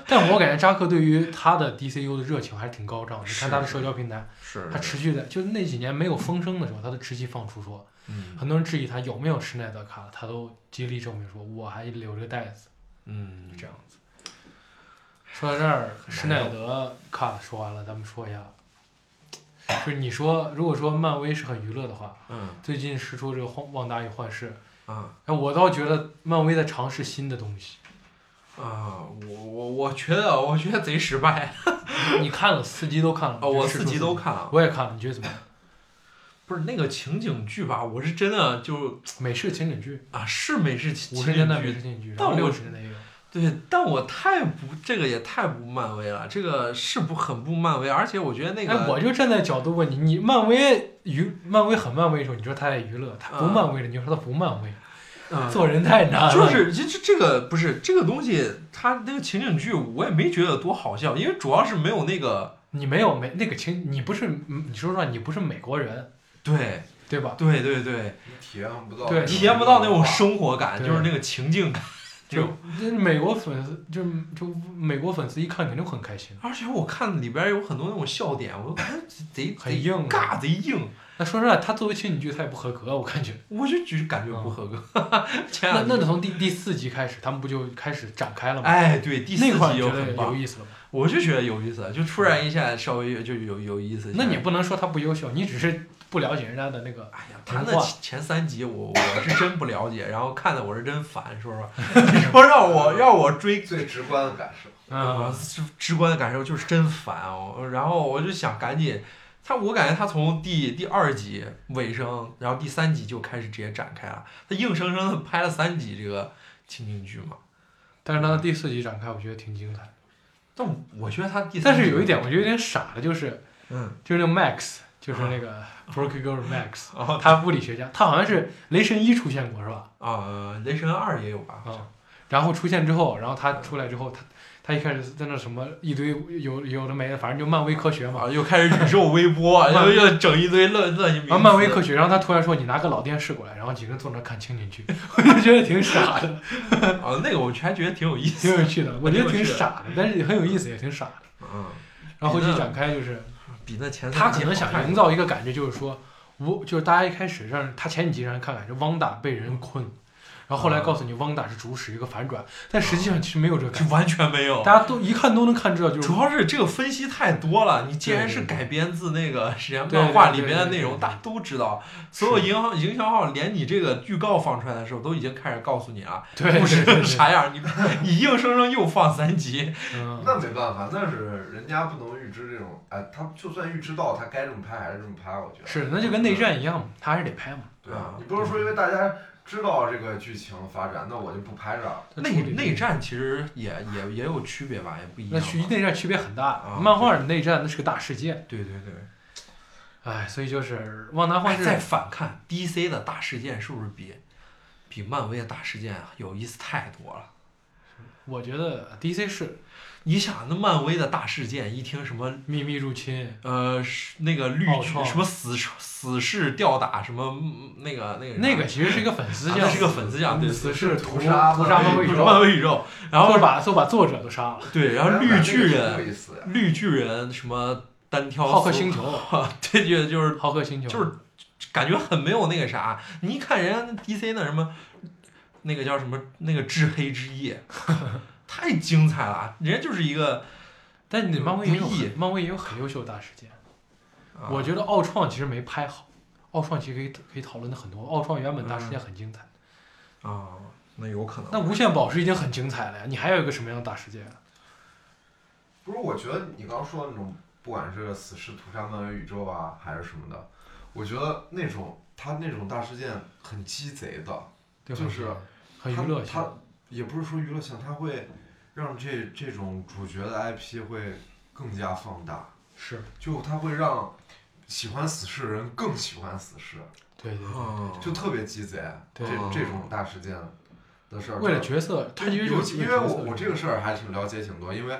Speaker 2: 但我感觉扎克对于他的 DCU 的热情还是挺高涨的，你
Speaker 4: 是
Speaker 2: 看他的社交平台，
Speaker 4: 是
Speaker 2: 他持续的就那几年没有风声的时候，他都持续放出说
Speaker 4: 嗯
Speaker 2: 很多人质疑他有没有施耐德卡了，他都极力证明说我还留着袋子，
Speaker 4: 嗯
Speaker 2: 就这样子。说到这儿，施耐德卡说完了，咱们说一下，就是你说如果说漫威是很娱乐的话，
Speaker 4: 嗯
Speaker 2: 最近试出这个《荒旺达与幻视》，
Speaker 4: 啊
Speaker 2: 哎，我倒觉得漫威在尝试新的东西。
Speaker 4: 啊，我我我觉得我觉得贼失败。
Speaker 2: 你看了四集都看了吗？
Speaker 4: 哦，我
Speaker 2: 试
Speaker 4: 四
Speaker 2: 出
Speaker 4: 集都，看了，
Speaker 2: 我也看了，你觉得怎么样？
Speaker 4: 不是那个情景剧吧？我是真的就
Speaker 2: 美式情景剧，
Speaker 4: 啊是美式情
Speaker 2: 五
Speaker 4: 情
Speaker 2: 十年代
Speaker 4: 景
Speaker 2: 美式
Speaker 4: 剧，
Speaker 2: 情景剧，然
Speaker 4: 但
Speaker 2: 后
Speaker 4: 我
Speaker 2: 六十年代也有。
Speaker 4: 对，但我太不这个也太不漫威了，这个是不很不漫威，而且我觉得那个
Speaker 2: 哎，我就站在角度问你，你漫威娱漫威很漫威的时候，你说他在娱乐，他不
Speaker 4: 嗯
Speaker 2: 漫威了，你就说他不漫威，
Speaker 4: 嗯
Speaker 2: 做呃人太难了。
Speaker 4: 就是这这这个不是这个东西，它那个情景剧我也没觉得多好笑，因为主要是没有那个
Speaker 2: 你没有美那个情，你不是嗯你说实话，你不是美国人，
Speaker 4: 对
Speaker 2: 对吧？
Speaker 4: 对对对，
Speaker 3: 你体验不到，
Speaker 2: 对
Speaker 4: 体验不到那种生活感，
Speaker 2: 对
Speaker 4: 就是那个情境感。
Speaker 2: 就
Speaker 4: 就
Speaker 2: 那美国粉丝，就就美国粉丝一看肯定很开心，
Speaker 4: 而且我看里边有很多那种笑点，我感觉贼
Speaker 2: 很
Speaker 4: 贼
Speaker 2: 硬啊
Speaker 4: 尬贼硬，
Speaker 2: 那说实话，他作为情景剧，他也不合格，我感觉。
Speaker 4: 我就只感觉不合格。 *laughs* 前
Speaker 2: 那那
Speaker 4: 两天
Speaker 2: 得从第第四集开始，他们不就开始展开了吗？
Speaker 4: 哎，对，第四
Speaker 2: 那块
Speaker 4: 集
Speaker 2: 你
Speaker 4: 就
Speaker 2: 觉得
Speaker 4: 很棒
Speaker 2: 有，意思了吗？
Speaker 4: 我就觉得有意思，就突然一下稍微就有有意思起来。
Speaker 2: 那你不能说他不优秀，你只是不了解人家的那个。
Speaker 4: 哎呀，他
Speaker 2: 文
Speaker 4: 那
Speaker 2: 化
Speaker 4: 前前三集我我是真不了解，然后看的我是真烦，说
Speaker 2: *laughs*
Speaker 4: 实话，你说让我让我追，
Speaker 3: 最直观的感受。
Speaker 4: 我
Speaker 2: 嗯，
Speaker 4: 直直观的感受就是真烦哦。然后我就想赶紧，他我感觉他从第第二集尾声，然后第三集就开始直接展开了，他硬生生的拍了三集这个情景剧嘛。
Speaker 2: 但是他的第四集展开，我觉得挺精彩。
Speaker 4: 但我我觉得他第三
Speaker 2: 但
Speaker 4: 集
Speaker 2: 是有一点，我觉得有点傻的，就是
Speaker 4: 嗯，
Speaker 2: 就是那个 Max，就是那个 Broke Girl Max，
Speaker 4: 然后他
Speaker 2: 他物理学家，他好像是雷神一出现过是吧？
Speaker 4: 啊、呃雷神二也有吧？好像
Speaker 2: 啊，然后出现之后，然后他出来之后，他他一开始在那什么一堆有有的没的，反正就漫威科学嘛，
Speaker 4: 啊，又开始宇宙微
Speaker 2: *laughs*
Speaker 4: 波，啊又又整一堆乱乱七八
Speaker 2: 然
Speaker 4: 糟。
Speaker 2: 后啊漫威科学，然后他突然说你拿个老电视过来，然后几个人坐那看情景剧， *laughs* 我就觉得挺傻的，
Speaker 4: 啊，那个我还觉得挺有意思。
Speaker 2: 挺有趣的，我觉得挺傻的，但是很有意思，也挺傻的。
Speaker 4: 嗯，
Speaker 2: 然后后期展开就是，
Speaker 4: 比那前
Speaker 2: 他
Speaker 4: 三
Speaker 2: 可
Speaker 4: 集
Speaker 2: 能
Speaker 4: 好看
Speaker 2: 想营造一个感觉，就是说我就是大家一开始让他前几集让人看感觉汪达被人困，然后后
Speaker 4: 啊
Speaker 2: 来告诉你汪达是主使一个反转，但实际上其实没有这个
Speaker 4: 就
Speaker 2: 感觉，
Speaker 4: 完全没有。
Speaker 2: 大家都一看都能看知道就是
Speaker 4: 主要是这个分析太多了，你既
Speaker 2: 对
Speaker 4: 然
Speaker 2: 对
Speaker 4: 是
Speaker 2: 对
Speaker 4: 改编自那个实验
Speaker 2: 对对
Speaker 4: 漫画
Speaker 2: 对
Speaker 4: 里
Speaker 2: 对
Speaker 4: 面的
Speaker 2: 对
Speaker 4: 内
Speaker 2: 对
Speaker 4: 容，
Speaker 2: 对
Speaker 4: 大家都知道。所有
Speaker 2: 是
Speaker 4: 营销营销号连你这个预告放出来的时候，都已经开始告诉你了，
Speaker 2: 对
Speaker 4: 故事
Speaker 2: 对对对
Speaker 4: 啥样，你你硬生生又放三集，
Speaker 2: 嗯，
Speaker 3: 那没办法，那是人家不能预知这种，哎，他就算预知到，他该这么拍还是这么拍，我觉得。
Speaker 2: 是那就跟内战一样嘛，他还是得拍嘛。
Speaker 3: 对
Speaker 4: 啊
Speaker 3: 你不是说因为大家知道这个剧情发展，那我就不拍这了。
Speaker 2: 他
Speaker 4: 内
Speaker 2: 处理
Speaker 4: 内战其实也也也有区别吧，也不一
Speaker 2: 那
Speaker 4: 样
Speaker 2: 区
Speaker 4: 嘛。
Speaker 2: 内战区别很大
Speaker 4: 啊，
Speaker 2: 漫画的内战那是个大事件。
Speaker 4: 对对对，
Speaker 2: 哎，所以就是旺达幻
Speaker 4: 哎
Speaker 2: 视，
Speaker 4: 再反看 DC 的大事件是不是比比漫威的大事件啊有意思太多了？
Speaker 2: 我觉得 DC 是
Speaker 4: 你想，那漫威的大事件一听什么
Speaker 2: 秘密入侵，
Speaker 4: 呃，是那个绿
Speaker 2: 奥
Speaker 4: 巨
Speaker 2: 创
Speaker 4: 什么死死士吊打什么嗯那个那个
Speaker 2: 那个其实是一个粉丝
Speaker 4: 啊
Speaker 2: 叫
Speaker 4: 那是个粉丝酱，对，
Speaker 2: 死侍屠
Speaker 3: 屠杀
Speaker 2: 屠杀漫威宇宙，
Speaker 4: 漫威宇宙，然后
Speaker 2: 就把嗯就把作者都杀了，
Speaker 4: 对，然后绿巨
Speaker 3: 那个挺
Speaker 4: 人，
Speaker 3: 有意思呀。
Speaker 4: 绿巨人什么单挑
Speaker 2: 嗯浩克
Speaker 4: 死
Speaker 2: 星
Speaker 4: *laughs*
Speaker 2: 球，
Speaker 4: 对，就就是
Speaker 2: 浩克星球
Speaker 4: 就是感觉很没有那个啥，你一看人家 DC 那什么，那个叫什么那个至黑之夜， *laughs* 太精彩了，啊人家就是一个，
Speaker 2: 但你漫威也有
Speaker 4: 不易
Speaker 2: 很漫威也有很优秀的大事件，
Speaker 4: 啊
Speaker 2: 我觉得奥创其实没拍好，奥创其实可以可以讨论的很多，奥创原本大
Speaker 3: 嗯
Speaker 2: 事件很精彩，
Speaker 4: 啊，那有可能，
Speaker 2: 那无限宝石已经很精彩了呀，你还有一个什么样的大事件啊？
Speaker 3: 不是，我觉得你刚说的那种，不管是死侍屠杀漫威宇宙啊，还是什么的，我觉得那种他那种大事件很鸡贼的，
Speaker 2: 对吧？
Speaker 3: 就是
Speaker 2: 很娱乐
Speaker 3: 他
Speaker 2: 性，
Speaker 3: 他也不是说娱乐性，他会让这这种主角的 IP 会更加放大，
Speaker 2: 是
Speaker 3: 就他会让喜欢死侍的人更喜欢死侍，
Speaker 2: 对对对，
Speaker 4: 啊，
Speaker 3: 就特别鸡贼。这
Speaker 2: 对
Speaker 3: 这种大事件的事儿，
Speaker 2: 为了角色，他
Speaker 3: 对
Speaker 2: 其实
Speaker 3: 尤
Speaker 2: 就是
Speaker 3: 其因为
Speaker 2: 角
Speaker 3: 我
Speaker 2: 色
Speaker 3: 我这个事儿还挺了解挺多，因为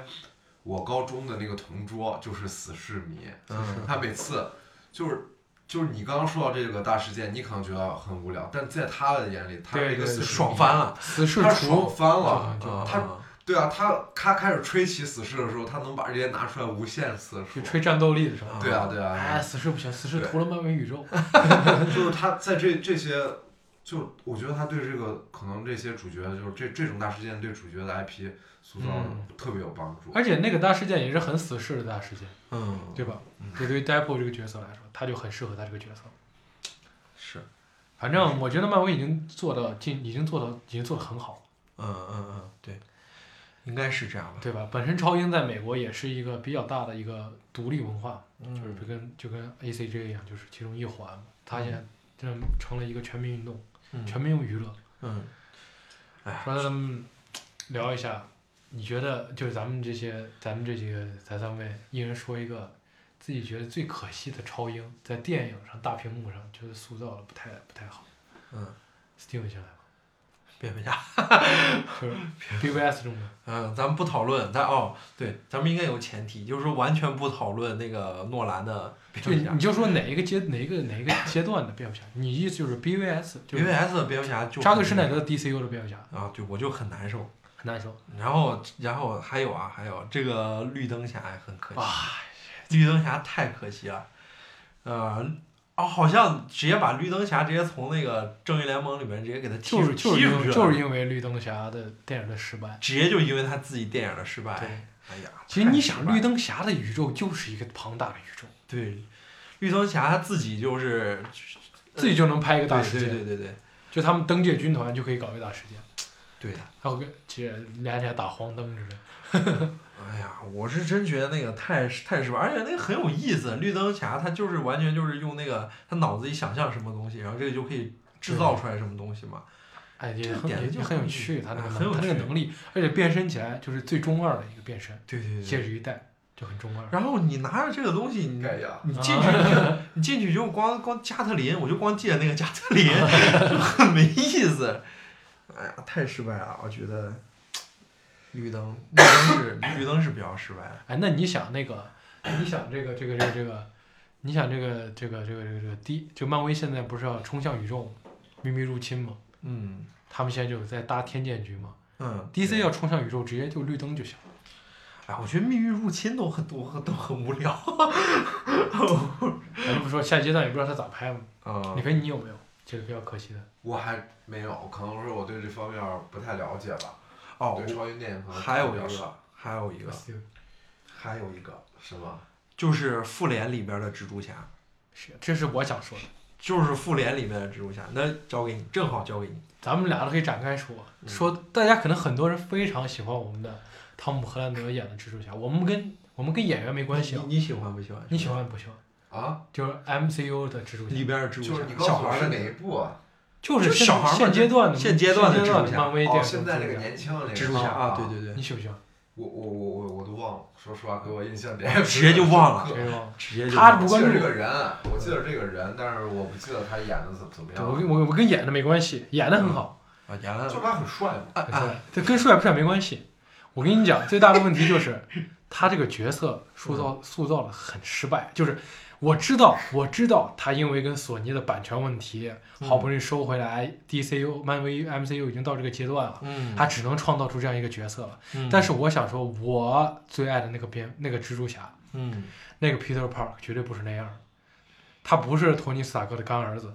Speaker 3: 我高中的那个同桌就是死侍迷，
Speaker 4: 嗯
Speaker 3: 他每次就是就是你刚刚说到这个大事件，你可能觉得很无聊，但在他的眼里，他
Speaker 2: 对
Speaker 3: 是一个
Speaker 2: 对
Speaker 3: 死侍迷
Speaker 4: 爽翻，了，
Speaker 2: 死侍
Speaker 3: 他爽
Speaker 2: 除嗯
Speaker 3: 翻了。
Speaker 2: 就
Speaker 4: 啊
Speaker 3: 他对啊，他他开始吹起死侍的时候，他能把这些拿出来无限次
Speaker 2: 就
Speaker 3: 数。
Speaker 2: 吹战斗力的时候，
Speaker 3: 对啊，对
Speaker 2: 哎，
Speaker 3: 啊，
Speaker 2: 死侍不行，死侍
Speaker 3: 对
Speaker 2: 屠了漫威宇宙，
Speaker 3: 就是他在这这些，就我觉得他对这个可能这些主角，就是这这种大事件对主角的 IP 塑造
Speaker 2: 嗯
Speaker 3: 特别有帮助。
Speaker 2: 而且那个大事件也是很死侍的大事件，
Speaker 4: 嗯，
Speaker 2: 对吧？这对于 Deadpool 这个角色来说，他就很适合他这个角色。
Speaker 4: 是，
Speaker 2: 反
Speaker 4: 嗯
Speaker 2: 正我觉得漫威已经做到尽，已经做到，已经做得很好了，
Speaker 4: 嗯嗯嗯，对，应该是这样吧。
Speaker 2: 对吧？本身超英在美国也是一个比较大的一个独立文化，就是
Speaker 4: 嗯
Speaker 2: 跟就跟 ACJ 一样，就是其中一环嘛。他现在这成了一个全民运动，全民用娱乐。
Speaker 4: 嗯，哎，
Speaker 2: 说咱们聊一下，你觉得就是咱们这些，咱们这几个咱三位，一人说一个自己觉得最可惜的超英，在电影上大屏幕上就是塑造的不太不太好。
Speaker 4: 嗯
Speaker 2: ，Steven 先来吧。
Speaker 4: 蝙蝠侠，
Speaker 2: BVS 中的，
Speaker 4: 嗯，咱们不讨论，但哦，对，咱们应该有前提，就是说完全不讨论那个诺兰的蝙
Speaker 2: 就
Speaker 4: 蝠
Speaker 2: 你
Speaker 4: 侠
Speaker 2: 你就说哪一个阶哪一个哪一个阶段的蝙蝠侠，你意思就是 BVS 就是
Speaker 4: ，BVS 的蝙蝠侠就
Speaker 2: 扎克
Speaker 4: 很
Speaker 2: 施耐德 DCU 的蝙蝠侠
Speaker 4: 啊，对，我就很难受。
Speaker 2: 很难受
Speaker 4: 然后，然后还有啊，还有这个绿灯侠也很可惜，
Speaker 2: 啊，
Speaker 4: 绿灯侠太可惜了，呃，哦，好像直接把绿灯侠直接从那个正义联盟里面直接给他踢
Speaker 2: 就
Speaker 4: 出
Speaker 2: 是就是
Speaker 4: 踢出
Speaker 2: 因
Speaker 4: 去
Speaker 2: 为
Speaker 4: 了，
Speaker 2: 就是因为绿灯侠的电影的失败。
Speaker 4: 直接就因为他自己电影的失败，
Speaker 2: 对
Speaker 4: 哎呀，
Speaker 2: 其实
Speaker 4: 太
Speaker 2: 你
Speaker 4: 失
Speaker 2: 想，
Speaker 4: 败
Speaker 2: 绿
Speaker 4: 了
Speaker 2: 灯侠的宇宙就是一个庞大的宇宙，
Speaker 4: 对绿灯侠他自己就是
Speaker 2: 自己就能拍一个
Speaker 4: 对
Speaker 2: 大事
Speaker 4: 对
Speaker 2: 件，
Speaker 4: 对对对
Speaker 2: 就他们登界军团就可以搞一个大事件，
Speaker 4: 对的，
Speaker 2: 然后跟这俩俩打黄灯之类的。
Speaker 4: 哎呀，我是真觉得那个太太失败，而且那个很有意思，绿灯侠他就是完全就是用那个他脑子里想象什么东西，然后这个就可以制造出来什么东西嘛，
Speaker 2: 哎，
Speaker 4: 这
Speaker 2: 也
Speaker 4: 个
Speaker 2: 很
Speaker 4: 点
Speaker 2: 也
Speaker 4: 子就
Speaker 2: 很有
Speaker 4: 很
Speaker 2: 趣，他那个
Speaker 4: 啊
Speaker 2: 能
Speaker 4: 很有
Speaker 2: 他那个
Speaker 4: 趣
Speaker 2: 能力，而且变身起来就是最中二的一个变身，
Speaker 4: 对对对。
Speaker 2: 戒指一戴就很中二。
Speaker 4: 然后你拿着这个东西，你
Speaker 3: 盖亚，
Speaker 4: 你进去就你进去就光光加特林，我就光记得那个加特林，就很没意思。哎呀，太失败了，我觉得。绿灯，绿灯是绿灯是比较失败的。
Speaker 2: 哎，那你想那个，你想这个这个这个这个，你想这个这个这个这个这个第，就漫威现在不是要冲向宇宙秘密入侵吗？
Speaker 4: 嗯
Speaker 2: 他们现在就在搭天剑局嘛。
Speaker 4: 嗯
Speaker 2: DC
Speaker 4: 对
Speaker 2: 要冲向宇宙，直接就绿灯就行。
Speaker 4: 哎，我觉得《密域入侵》都很都很都很无聊。
Speaker 2: 咱就不说下阶段也不知道他咋拍嘛。
Speaker 4: 啊
Speaker 2: 你跟你有没有这个比较可惜的？
Speaker 3: 我还没有，可能是我对这方面儿不太了解吧。
Speaker 4: 哦
Speaker 3: 对，超英电影可能
Speaker 4: 还有
Speaker 3: 比
Speaker 4: 一
Speaker 3: 较
Speaker 4: 个
Speaker 3: 少，，
Speaker 4: 还有啊一个，还有一个，
Speaker 3: 是吗？
Speaker 4: 就是《复联》里边的蜘蛛侠，
Speaker 2: 是，这是我想说的。
Speaker 4: 就是《复联》里面的蜘蛛侠。那交给你，正好交给你。
Speaker 2: 咱们俩都可以展开说
Speaker 4: 嗯
Speaker 2: 说，大家可能很多人非常喜欢我们的汤姆·荷兰德演的蜘蛛侠，我们跟我们跟演员没关系啊，
Speaker 4: 你你喜欢不喜欢？
Speaker 2: 你喜欢不喜欢？
Speaker 3: 啊，
Speaker 2: 就是 MCU 的蜘蛛
Speaker 4: 里
Speaker 2: 侠，
Speaker 4: 边的蜘蛛侠？
Speaker 3: 就是你告
Speaker 4: 小
Speaker 3: 诉
Speaker 4: 孩
Speaker 3: 我
Speaker 4: 儿
Speaker 3: 是
Speaker 4: 的
Speaker 3: 哪
Speaker 4: 那
Speaker 3: 一
Speaker 4: 个
Speaker 3: 部啊？
Speaker 2: 就是
Speaker 4: 就是
Speaker 2: 现
Speaker 4: 小孩嘛
Speaker 2: 现阶段的
Speaker 4: 现阶段的蜘蛛侠
Speaker 2: 漫威电影的
Speaker 3: 哦，现在这个年
Speaker 2: 纪，
Speaker 3: 轻的那个
Speaker 4: 蜘蛛侠啊，对对对。
Speaker 2: 你喜不喜欢？
Speaker 3: 我我我我我都忘了，说实话，给我印象点
Speaker 4: *laughs* 直接就忘了
Speaker 2: 谁忘了？
Speaker 4: 直接就
Speaker 2: 哎他
Speaker 3: 我
Speaker 2: 不
Speaker 3: 记
Speaker 2: 关
Speaker 3: 得这
Speaker 2: 注
Speaker 3: 个人，啊我记得这个人，但是我不记得他演的怎么怎么
Speaker 2: 我跟
Speaker 3: 样。
Speaker 2: 我我跟演的没关系，演的很好，
Speaker 4: 啊，演了
Speaker 3: 就是他很帅嘛，
Speaker 4: 啊啊，
Speaker 2: 这跟帅不帅没关系。我跟你讲，最大的问题就是他这个角色塑
Speaker 4: 嗯
Speaker 2: 造塑造的很失败，就是。我知道，我知道，他因为跟索尼的版权问题，好
Speaker 4: 嗯
Speaker 2: 不容易收回来，DCU、漫威、MCU 已经到这个阶段了，
Speaker 4: 嗯，
Speaker 2: 他只能创造出这样一个角色了。
Speaker 4: 嗯
Speaker 2: 但是我想说，我最爱的那个蝙那个蜘蛛侠，
Speaker 4: 嗯，
Speaker 2: 那个 Peter Park 绝对不是那样的，他不是托尼斯塔克的干儿子，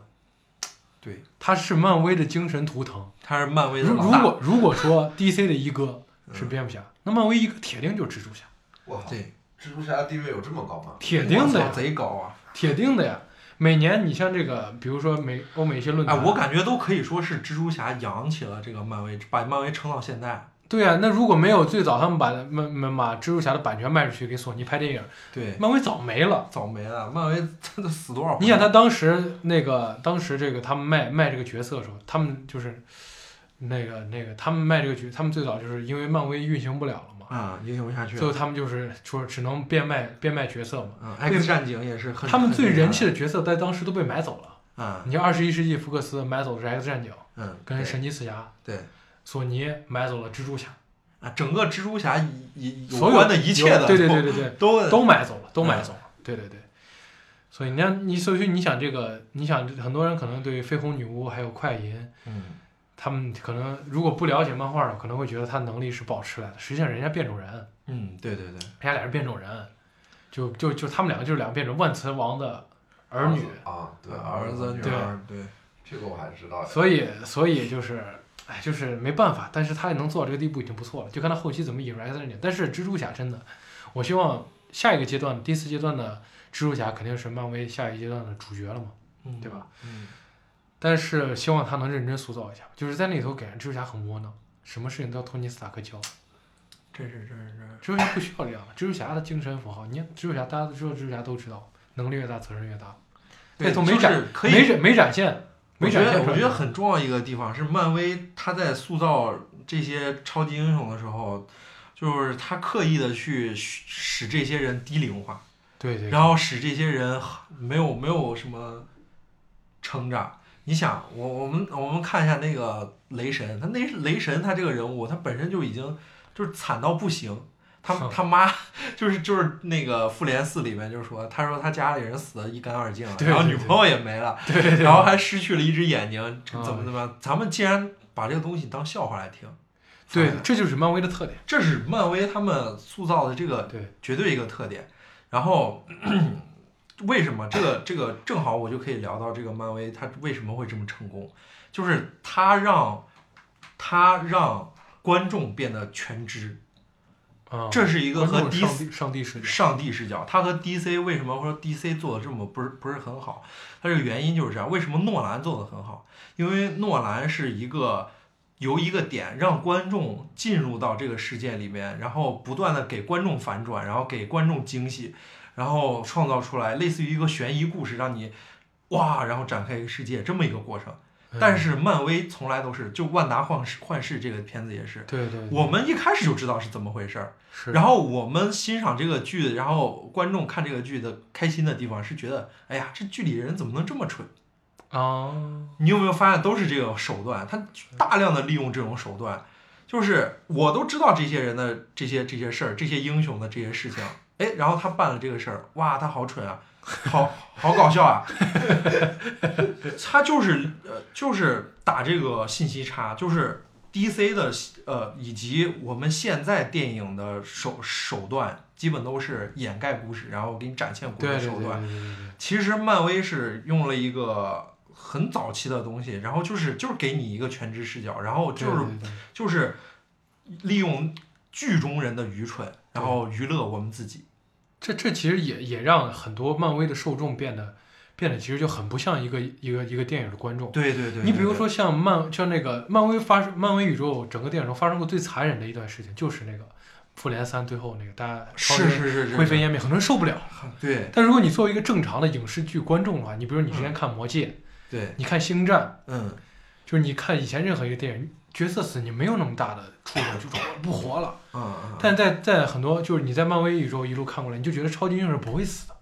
Speaker 4: 对，
Speaker 2: 他是漫威的精神图腾。
Speaker 4: 他是漫威的
Speaker 2: 如
Speaker 4: 老
Speaker 2: 如
Speaker 4: 大， *laughs*
Speaker 2: 果如果说 DC 的一哥是
Speaker 4: 嗯
Speaker 2: 蝙蝠侠，那漫威一哥铁定就是蜘蛛侠，
Speaker 3: 我靠，
Speaker 4: 对，
Speaker 3: 蜘蛛侠的地位有这么高吗？
Speaker 2: 铁定的
Speaker 4: 我操
Speaker 2: 呀，
Speaker 4: 贼高啊！
Speaker 2: 铁定的呀。每年你像这个，比如说美欧美一些论
Speaker 4: 哎，
Speaker 2: 坛，
Speaker 4: 我感觉都可以说是蜘蛛侠养起了这个漫威，把漫威撑到现在。
Speaker 2: 对啊，那如果没有最早他们把漫漫把蜘蛛侠的版权卖出去给索尼拍电影，
Speaker 4: 对，
Speaker 2: 漫威早没了。
Speaker 4: 早没了，漫威他都死多少回？
Speaker 2: 你想他当时那个，当时这个他们卖卖这个角色的时候，他们就是那个那个，他们卖这个角，他们最早就是因为漫威运行不了了嘛，
Speaker 4: 啊，影响不下去
Speaker 2: 最
Speaker 4: 了。
Speaker 2: 后他们就是说只能变卖变卖角色嘛。
Speaker 4: 嗯，X 战警也是很，
Speaker 2: 他们最人气
Speaker 4: 的
Speaker 2: 的角色在当时都被买走了。
Speaker 4: 啊，
Speaker 2: 你像二十一世纪福克斯买走的是 X 战警
Speaker 4: 嗯，
Speaker 2: 跟
Speaker 4: 对
Speaker 2: 神奇四侠，
Speaker 4: 对
Speaker 2: 索尼买走了蜘蛛侠，
Speaker 4: 啊，整个蜘蛛侠以以有
Speaker 2: 所有
Speaker 4: 关的一切的，
Speaker 2: 对对对对对，
Speaker 4: 都嗯都
Speaker 2: 都买走了，都买走了。对对对，所以你看，你所以你想这个，你想很多人可能对绯红女巫还有快银，
Speaker 4: 嗯，
Speaker 2: 他们可能如果不了解漫画的，可能会觉得他能力是保持来的。实际上，人家变种人，人
Speaker 4: 嗯，对对对，
Speaker 2: 家俩是变种人，就就就他们两个就是两个变种万磁王的儿女，
Speaker 3: 啊，对，
Speaker 4: 儿子女
Speaker 2: 对啊
Speaker 4: 儿，对，
Speaker 3: 这个我还知道呀。
Speaker 2: 所以所以就是。哎，就是没办法，但是他也能做到这个地步已经不错了，就看他后期怎么引入 X 战警。但是蜘蛛侠真的，我希望下一个阶段，第四阶段的蜘蛛侠肯定是漫威下一个阶段的主角了嘛。
Speaker 4: 嗯
Speaker 2: 对吧？
Speaker 4: 嗯，
Speaker 2: 但是希望他能认真塑造一下，就是在那里头给人蜘蛛侠很窝囊，什么事情都要托尼斯塔克教。
Speaker 4: 真是真是真是，
Speaker 2: 蜘蛛侠不需要这样的，蜘蛛侠的精神符号，你看蜘蛛侠，大家都知道，蜘蛛侠都知道，能力越大责任越大，
Speaker 4: 对，
Speaker 2: 都
Speaker 4: 就
Speaker 2: 没展
Speaker 4: 是可以
Speaker 2: 没展没展现，
Speaker 4: 我
Speaker 2: 没
Speaker 4: 觉
Speaker 2: 展
Speaker 4: 得
Speaker 2: 现出来。
Speaker 4: 我觉得很重要一个地方是漫威，他在塑造这些超级英雄的时候，就是他刻意的去使这些人低龄化，
Speaker 2: 对对，
Speaker 4: 然后使这些人没有没有什么成长，你想，我我们我们看一下那个雷神，他那雷神他这个人物，他本身就已经就是惨到不行。他
Speaker 2: 哼
Speaker 4: 他妈就是就是那个复联四里面就说，他说他家里人死的一干二净了，
Speaker 2: 对
Speaker 4: 然后
Speaker 2: 对
Speaker 4: 女
Speaker 2: 对
Speaker 4: 朋友也没了，
Speaker 2: 对对对
Speaker 4: 然后还失去了一只眼睛，这
Speaker 2: 啊
Speaker 4: 怎么怎么样？咱们既然把这个东西当笑话来听，
Speaker 2: 对，这就是漫威的特点。
Speaker 4: 这是漫威他们塑造的这个
Speaker 2: 对
Speaker 4: 绝对一个特点。然后 *clears throat* 为什么这个这个正好我就可以聊到这个漫威它为什么会这么成功，就是它让它让观众变得全知，
Speaker 2: 啊，
Speaker 4: 这是一个和
Speaker 2: 观众
Speaker 4: DC
Speaker 2: 上帝上帝视角。
Speaker 4: 上帝视角。它和 DC 为什么说 DC 做的这么不是不是很好？它这个原因就是这样。为什么诺兰做的很好？因为诺兰是一个由一个点让观众进入到这个世界里面，然后不断的给观众反转，然后给观众惊喜，然后创造出来类似于一个悬疑故事，让你哇，然后展开一个世界这么一个过程。
Speaker 2: 嗯
Speaker 4: 但是漫威从来都是，就《万达幻视》幻视这个片子也是
Speaker 2: 嗯，对对，对
Speaker 4: 我们一开始就知道是怎么回事儿。
Speaker 2: 是
Speaker 4: 然后我们欣赏这个剧，然后观众看这个剧的开心的地方是觉得，哎呀，这剧里人怎么能这么蠢？
Speaker 2: 啊，
Speaker 4: 你有没有发现都是这种手段？他大量的利用这种手段，就是我都知道这些人的这些这些事儿，这些英雄的这些事情，哎，然后他办了这个事儿，哇，他好蠢啊，好好搞笑
Speaker 2: *laughs*
Speaker 4: 啊！他就是呃，就是打这个信息差，就是 DC 的呃，以及我们现在电影的手手段，基本都是掩盖故事，然后给你展现故事
Speaker 2: 对
Speaker 4: 的
Speaker 2: 对
Speaker 4: 手
Speaker 2: 对
Speaker 4: 段
Speaker 2: 对。对对，
Speaker 4: 其实漫威是用了一个很早期的东西，然后就是就是给你一个全知视角，然后就是
Speaker 2: 对对对
Speaker 4: 就是利用剧中人的愚蠢，然后娱乐我们自己。
Speaker 2: 这这其实也也让很多漫威的受众变得变得其实就很不像一个一个一个电影的观众。
Speaker 4: 对对对
Speaker 2: 你比如，说像漫像那个漫威发生漫威宇宙整个电影中发生过最残忍的一段事情，就是那个复联三最后那个大家超
Speaker 4: 是
Speaker 2: 人
Speaker 4: 是是是，
Speaker 2: 灰飞烟灭，很多人受不了。
Speaker 4: 对
Speaker 2: 但如果你作为一个正常的影视剧观众的话，你比如你之前
Speaker 4: 嗯
Speaker 2: 看《魔戒》
Speaker 4: 对，
Speaker 2: 你看《星战
Speaker 4: 嗯，》，
Speaker 2: 就是你看以前任何一个电影角色死，你没有那么大的触
Speaker 4: *laughs*
Speaker 2: 动，就说我不活了。
Speaker 4: 嗯，
Speaker 2: 但在在很多就是你在漫威宇宙一路看过来，你就觉得超级英雄是不会死的。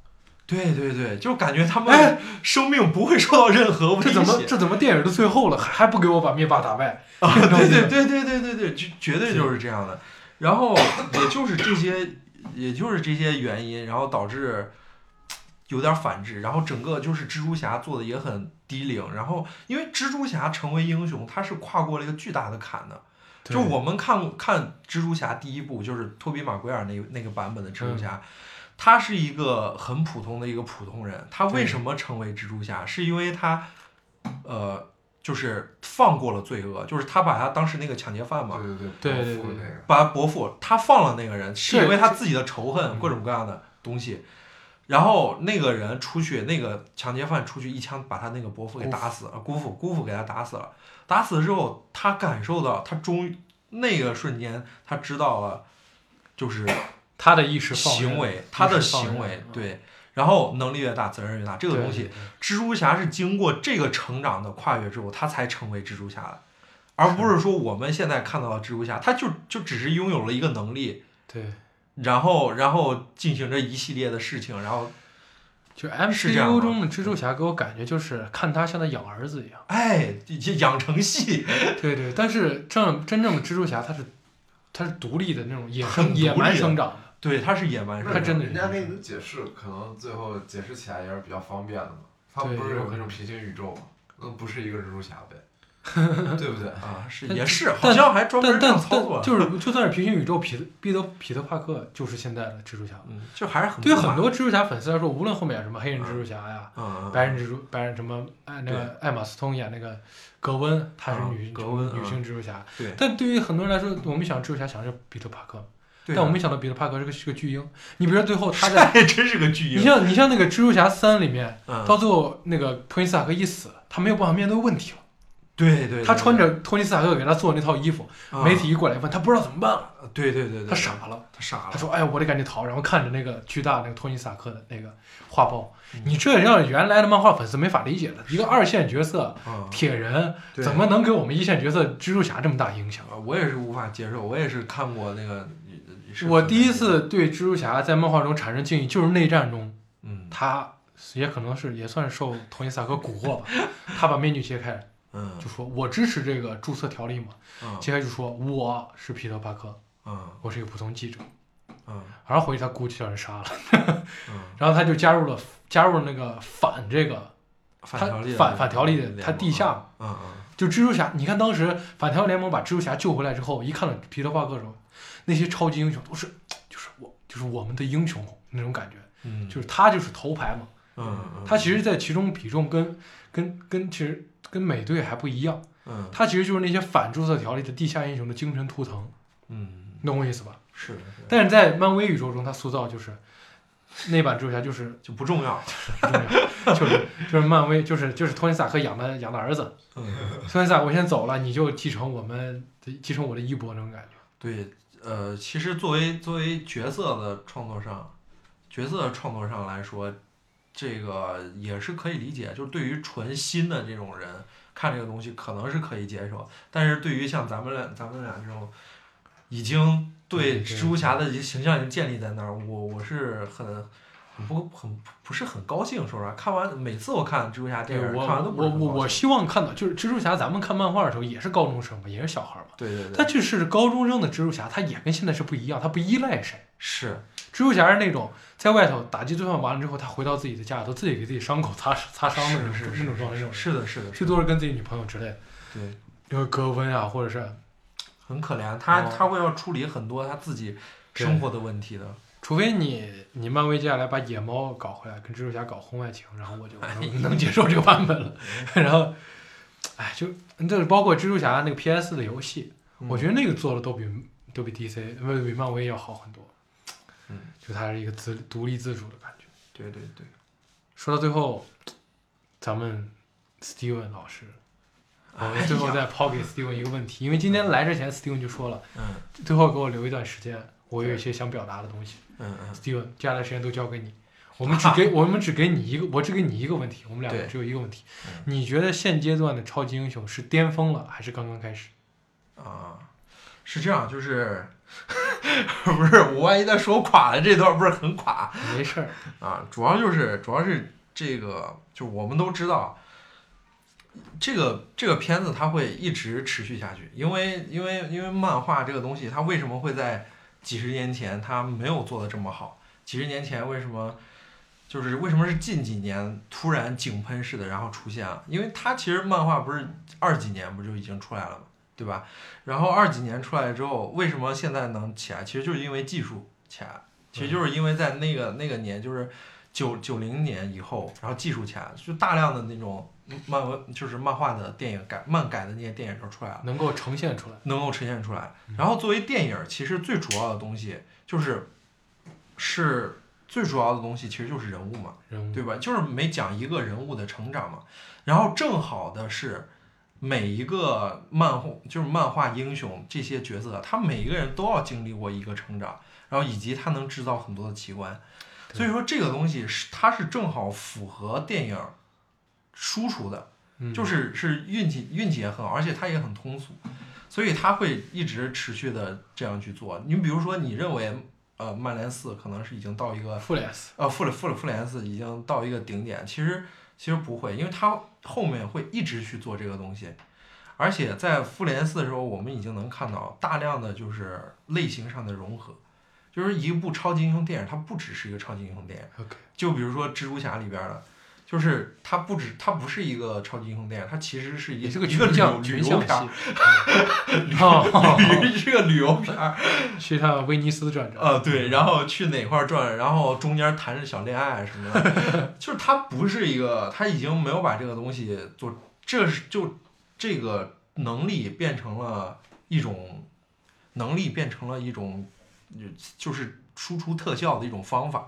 Speaker 4: 对对对，就感觉他们
Speaker 2: 哎
Speaker 4: 生命不会受到任何威胁。
Speaker 2: 这怎么这怎么电影都最后了，还还不给我把灭霸打败？
Speaker 4: 啊，
Speaker 2: 然后
Speaker 4: 对对
Speaker 2: 就
Speaker 4: 对对对对对，绝绝对就是这样的。然后也就是这些，也就是这些原因，然后导致有点反制。然后整个就是蜘蛛侠做的也很低龄。然后因为蜘蛛侠成为英雄，他是跨过了一个巨大的坎的。就我们看看蜘蛛侠第一部，就是托比马奎尔那那个版本的蜘蛛侠，他是一个很普通的一个普通人。他为
Speaker 2: 对
Speaker 4: 什么成为蜘蛛侠？是因为他，呃，就是放过了罪恶，就是他把他当时那个抢劫犯嘛，
Speaker 3: 对对
Speaker 2: 对对
Speaker 3: 对伯父
Speaker 2: 对
Speaker 3: 那个。
Speaker 4: 把伯父他放了那个人，是因为他
Speaker 2: 这
Speaker 4: 自己的仇恨
Speaker 2: 嗯
Speaker 4: 各种各样的东西。然后那个人出去，那个抢劫犯出去一枪把他那个伯父给打死了，姑父姑父给他打死了。打死之后，他感受到，他终于那个瞬间，他知道了，就是
Speaker 2: 他的意识放任
Speaker 4: 行为，他的
Speaker 2: 意识放任
Speaker 4: 行为
Speaker 2: 嗯
Speaker 4: 对。然后能力越大，责任越大，这个
Speaker 2: 对
Speaker 4: 东西
Speaker 2: 对对
Speaker 4: 蜘蛛侠是经过这个成长的跨越之后，他才成为蜘蛛侠的，而不是说我们现在看到的蜘蛛侠，他就就只是拥有了一个能力，
Speaker 2: 对，
Speaker 4: 然后 *laughs* 然后进行着一系列的事情，然后
Speaker 2: 就是
Speaker 4: 是这样
Speaker 2: MCU
Speaker 4: 吗
Speaker 2: 中的蜘蛛侠给我感觉就是看他像他养儿子一样。
Speaker 4: 哎，这养成系
Speaker 2: 对对，但是正真正的蜘蛛侠他是他是独立的那种野
Speaker 4: 很
Speaker 2: 生
Speaker 4: 独
Speaker 2: 野蛮
Speaker 4: 立的
Speaker 2: 生长的，
Speaker 4: 哎对，他是野蛮
Speaker 3: 那
Speaker 4: 生
Speaker 2: 他
Speaker 4: 长，
Speaker 2: 真的
Speaker 3: 人
Speaker 2: 是
Speaker 3: 家给你的解释，可能最后解释起来也是比较方便的嘛。他
Speaker 2: 对
Speaker 3: 不是
Speaker 2: 有
Speaker 3: 有
Speaker 2: 可
Speaker 3: 那
Speaker 2: 能
Speaker 3: 种平行宇宙吗？那不是一个蜘蛛侠
Speaker 4: *laughs*
Speaker 3: 呗，对不对？
Speaker 4: 啊，是
Speaker 2: 但
Speaker 4: 也是，好
Speaker 2: 但
Speaker 4: 像还专门
Speaker 2: 但
Speaker 4: 这样
Speaker 2: 但
Speaker 4: 操作
Speaker 2: 但
Speaker 4: 了，
Speaker 2: 就是就算是平行宇宙，彼得彼得彼得帕克就是现在的蜘蛛侠。
Speaker 4: 嗯，就还是很
Speaker 2: 对
Speaker 4: 不
Speaker 2: 很
Speaker 4: 满
Speaker 2: 多蜘蛛侠粉丝来说，无论后面有什么黑人蜘蛛侠呀、
Speaker 4: 嗯
Speaker 2: 白人蜘蛛、白人什么，哎，那个艾玛斯通演那个格温，她是
Speaker 4: 啊
Speaker 2: 女
Speaker 4: 格温
Speaker 2: 女
Speaker 4: 嗯
Speaker 2: 性蜘蛛侠。
Speaker 4: 对
Speaker 2: 但对于很多人来说，我们想蜘蛛侠想的是彼得帕克，
Speaker 4: 对，
Speaker 2: 但我没想到彼得帕克是个是个巨婴。你比如说最后他 *laughs* 在，
Speaker 4: 哎， *laughs* 真是个巨
Speaker 2: 你
Speaker 4: 婴，
Speaker 2: 像你像那个蜘蛛侠三里面，
Speaker 4: 嗯，
Speaker 2: 到最后那个托尼斯塔克一死，他没有办法面对问题了。
Speaker 4: 对对对，
Speaker 2: 他穿
Speaker 4: 对
Speaker 2: 着托尼斯塔克给他做的那套衣服，
Speaker 4: 啊
Speaker 2: 媒体一过来问他不知道怎么办了，
Speaker 4: 嗯对对对对，
Speaker 2: 他傻了。
Speaker 4: 他傻
Speaker 2: 他
Speaker 4: 了，
Speaker 2: 说：“哎，我得赶紧逃。”然后看着那个巨大那个托尼·萨克的那个画报
Speaker 4: 嗯，
Speaker 2: 你这让原来的漫画粉丝没法理解的。一个二线角色
Speaker 4: 嗯，
Speaker 2: 铁人
Speaker 4: 对
Speaker 2: 怎么能给我们一线角色蜘蛛侠这么大影响？
Speaker 4: 啊，我也是无法接受，我也是看过那个，是
Speaker 2: 我第一，次对蜘蛛侠在漫画中产生敬意，就是内战中
Speaker 4: 嗯，
Speaker 2: 他也可能是也算是受托尼·萨克蛊惑吧，他把面具揭开，
Speaker 4: 嗯
Speaker 2: 就说我支持这个注册条例嘛，
Speaker 4: 嗯
Speaker 2: 揭开就说我是皮特·帕克，
Speaker 4: 嗯
Speaker 2: 我是一个普通记者，
Speaker 4: 嗯
Speaker 2: 然后回去他姑就叫人杀了，
Speaker 4: 嗯，
Speaker 2: 然后他就加入了加入了那个反这个
Speaker 4: 反条例
Speaker 2: 他反反条例的
Speaker 4: 联盟
Speaker 2: 他地下，
Speaker 4: 嗯嗯
Speaker 2: 就蜘蛛侠，你看当时反条联盟把蜘蛛侠救回来之后，一看到皮特·帕克的时候，那些超级英雄都是就是我就是我们的英雄那种感觉，
Speaker 4: 嗯，
Speaker 2: 就是他就是头牌嘛，
Speaker 4: 嗯嗯，
Speaker 2: 他其实，在其中比重跟跟跟其实跟美队还不一样，
Speaker 4: 嗯
Speaker 2: 他其实就是那些反注册条例的地下英雄的精神图腾，
Speaker 4: 嗯
Speaker 2: 你懂我意思吧？
Speaker 4: 是的，是的
Speaker 2: 但是在漫威宇宙中，他塑造就是那版蜘蛛侠就是
Speaker 4: 就不重要，
Speaker 2: 就是就是漫威就是就是托尼·萨克养的养的儿子， *laughs*
Speaker 4: 嗯，
Speaker 2: 托尼·萨克我先走了，你就继承我们的继承我的衣钵那种感觉。
Speaker 4: 对，呃，其实作为作为角色的创作上，角色的创作上来说，这个也是可以理解，就是对于纯新的这种人看这个东西可能是可以接受，但是对于像咱们俩咱们俩这种已经对
Speaker 2: 对对
Speaker 4: 蜘蛛侠的一个形象已经建立在那儿，我我是很很不很不是很高兴，说实话，看完每次我看蜘蛛侠电影，
Speaker 2: 我
Speaker 4: 看完都不
Speaker 2: 我
Speaker 4: 是很
Speaker 2: 我
Speaker 4: 高
Speaker 2: 我
Speaker 4: 兴
Speaker 2: 希望看到就是蜘蛛侠，咱们看漫画的时候也是高中生嘛，也是小孩嘛，
Speaker 4: 对对
Speaker 2: 他
Speaker 4: 对，
Speaker 2: 就是高中生的蜘蛛侠，他也跟现在是不一样，他不依赖谁。
Speaker 4: 是
Speaker 2: 蜘蛛侠是那种在外头打击罪犯完了之后，他回到自己的家里头，自己给自己伤口擦擦伤的那种
Speaker 4: 是是
Speaker 2: 那种状态，那种人
Speaker 4: 是的是的，
Speaker 2: 最多是跟自己女朋友之类的，
Speaker 4: 对。
Speaker 2: 就是格温啊，或者是
Speaker 4: 很可怜，他、
Speaker 2: 哦
Speaker 4: 他会要处理很多他自己生活的问题的。
Speaker 2: 除非你你漫威接下来把野猫搞回来，跟蜘蛛侠搞婚外情，然后我就能能接受这个版本
Speaker 4: *laughs*
Speaker 2: 了。然后，哎，就这包括蜘蛛侠那个 PS 的游戏，我觉
Speaker 4: 得
Speaker 2: 得那个做的都比都比 DC 不比漫威要好很多。
Speaker 4: 嗯，
Speaker 2: 就它是一个自独立自主的感觉。
Speaker 4: 对对对，
Speaker 2: 说到最后，咱们 Steven 老师，我
Speaker 4: 哎
Speaker 2: 们
Speaker 4: 呀
Speaker 2: 最后再抛给 Steven 一个问题，因为今天来之前 Steven 就说了，
Speaker 4: 嗯
Speaker 2: 最后给我留一段时间，我有一些想表达的东西。
Speaker 4: 嗯嗯，
Speaker 2: Steven，接下来时间都交给你。我们只
Speaker 4: *laughs*
Speaker 2: 给我们只给你一个，我只给你一个问题，我们两个
Speaker 4: 对
Speaker 2: 只有一个问题
Speaker 4: 嗯。
Speaker 2: 你觉得现阶段的超级英雄是巅峰了，还是刚刚开始？
Speaker 4: 啊，是这样，就是 *laughs* 不是我万一再说垮了这段不是很垮
Speaker 2: 没事儿，
Speaker 4: 啊？主要就是主要是这个，就是我们都知道。这个这个片子它会一直持续下去，因为因为因为漫画这个东西，它为什么会在几十年前它没有做的这么好？几十年前为什么就是为什么是近几年突然井喷式的然后出现了？因为它其实漫画不是二几年不就已经出来了嘛，对吧？然后二几年出来之后，为什么现在能起来？其实就是因为技术起来了，其实就是因为在那个那个年就是。九九零年以后，然后技术起来了，就大量的那种漫文，就是漫画的电影改漫改的那些电影就出来了。
Speaker 2: 能够呈现出来。
Speaker 4: 能够呈现出来
Speaker 2: 嗯。
Speaker 4: 然后作为电影儿，其实最主要的东西就是，是最主要的东西其实就是人物嘛，
Speaker 2: 人物
Speaker 4: 对吧？就是每讲一个人物的成长嘛。然后正好的是，每一个漫画就是漫画英雄这些角色，他每一个人都要经历过一个成长，然后以及他能制造很多的奇观。
Speaker 2: 对
Speaker 4: 所以说这个东西是它是正好符合电影儿输出的。
Speaker 2: 嗯
Speaker 4: 就是是运气运气也很好，而且它也很通俗，所以它会一直持续的这样去做。你比如说，你认为呃曼联四可能是已经到一个
Speaker 2: 复联
Speaker 4: *laughs*
Speaker 2: 四，
Speaker 4: 呃复联复联复联四已经到一个顶点，其实其实不会，因为它后面会一直去做这个东西。而且在复联四的时候，我们已经能看到大量的就是类型上的融合，就是一部超级英雄电影，它不只是一个超级英雄电影。
Speaker 2: OK
Speaker 4: 就比如说蜘蛛侠里边的，就是它不止它不是一个超级英雄电影，它其实是一
Speaker 2: 也是个
Speaker 4: 一个
Speaker 2: 群像
Speaker 4: 旅
Speaker 2: 群
Speaker 4: 旅游
Speaker 2: 像
Speaker 4: 片儿，
Speaker 2: 戏。哦，
Speaker 4: *laughs* 旅是个旅游片儿。
Speaker 2: 去趟威尼斯转转。
Speaker 4: 呃，对，然后去哪块儿转，然后中间谈着小恋爱什么的，就是它不是一个，它已经没有把这个东西做，这是就这个能力变成了一种能力变成了一种，呃就是输出特效的一种方法，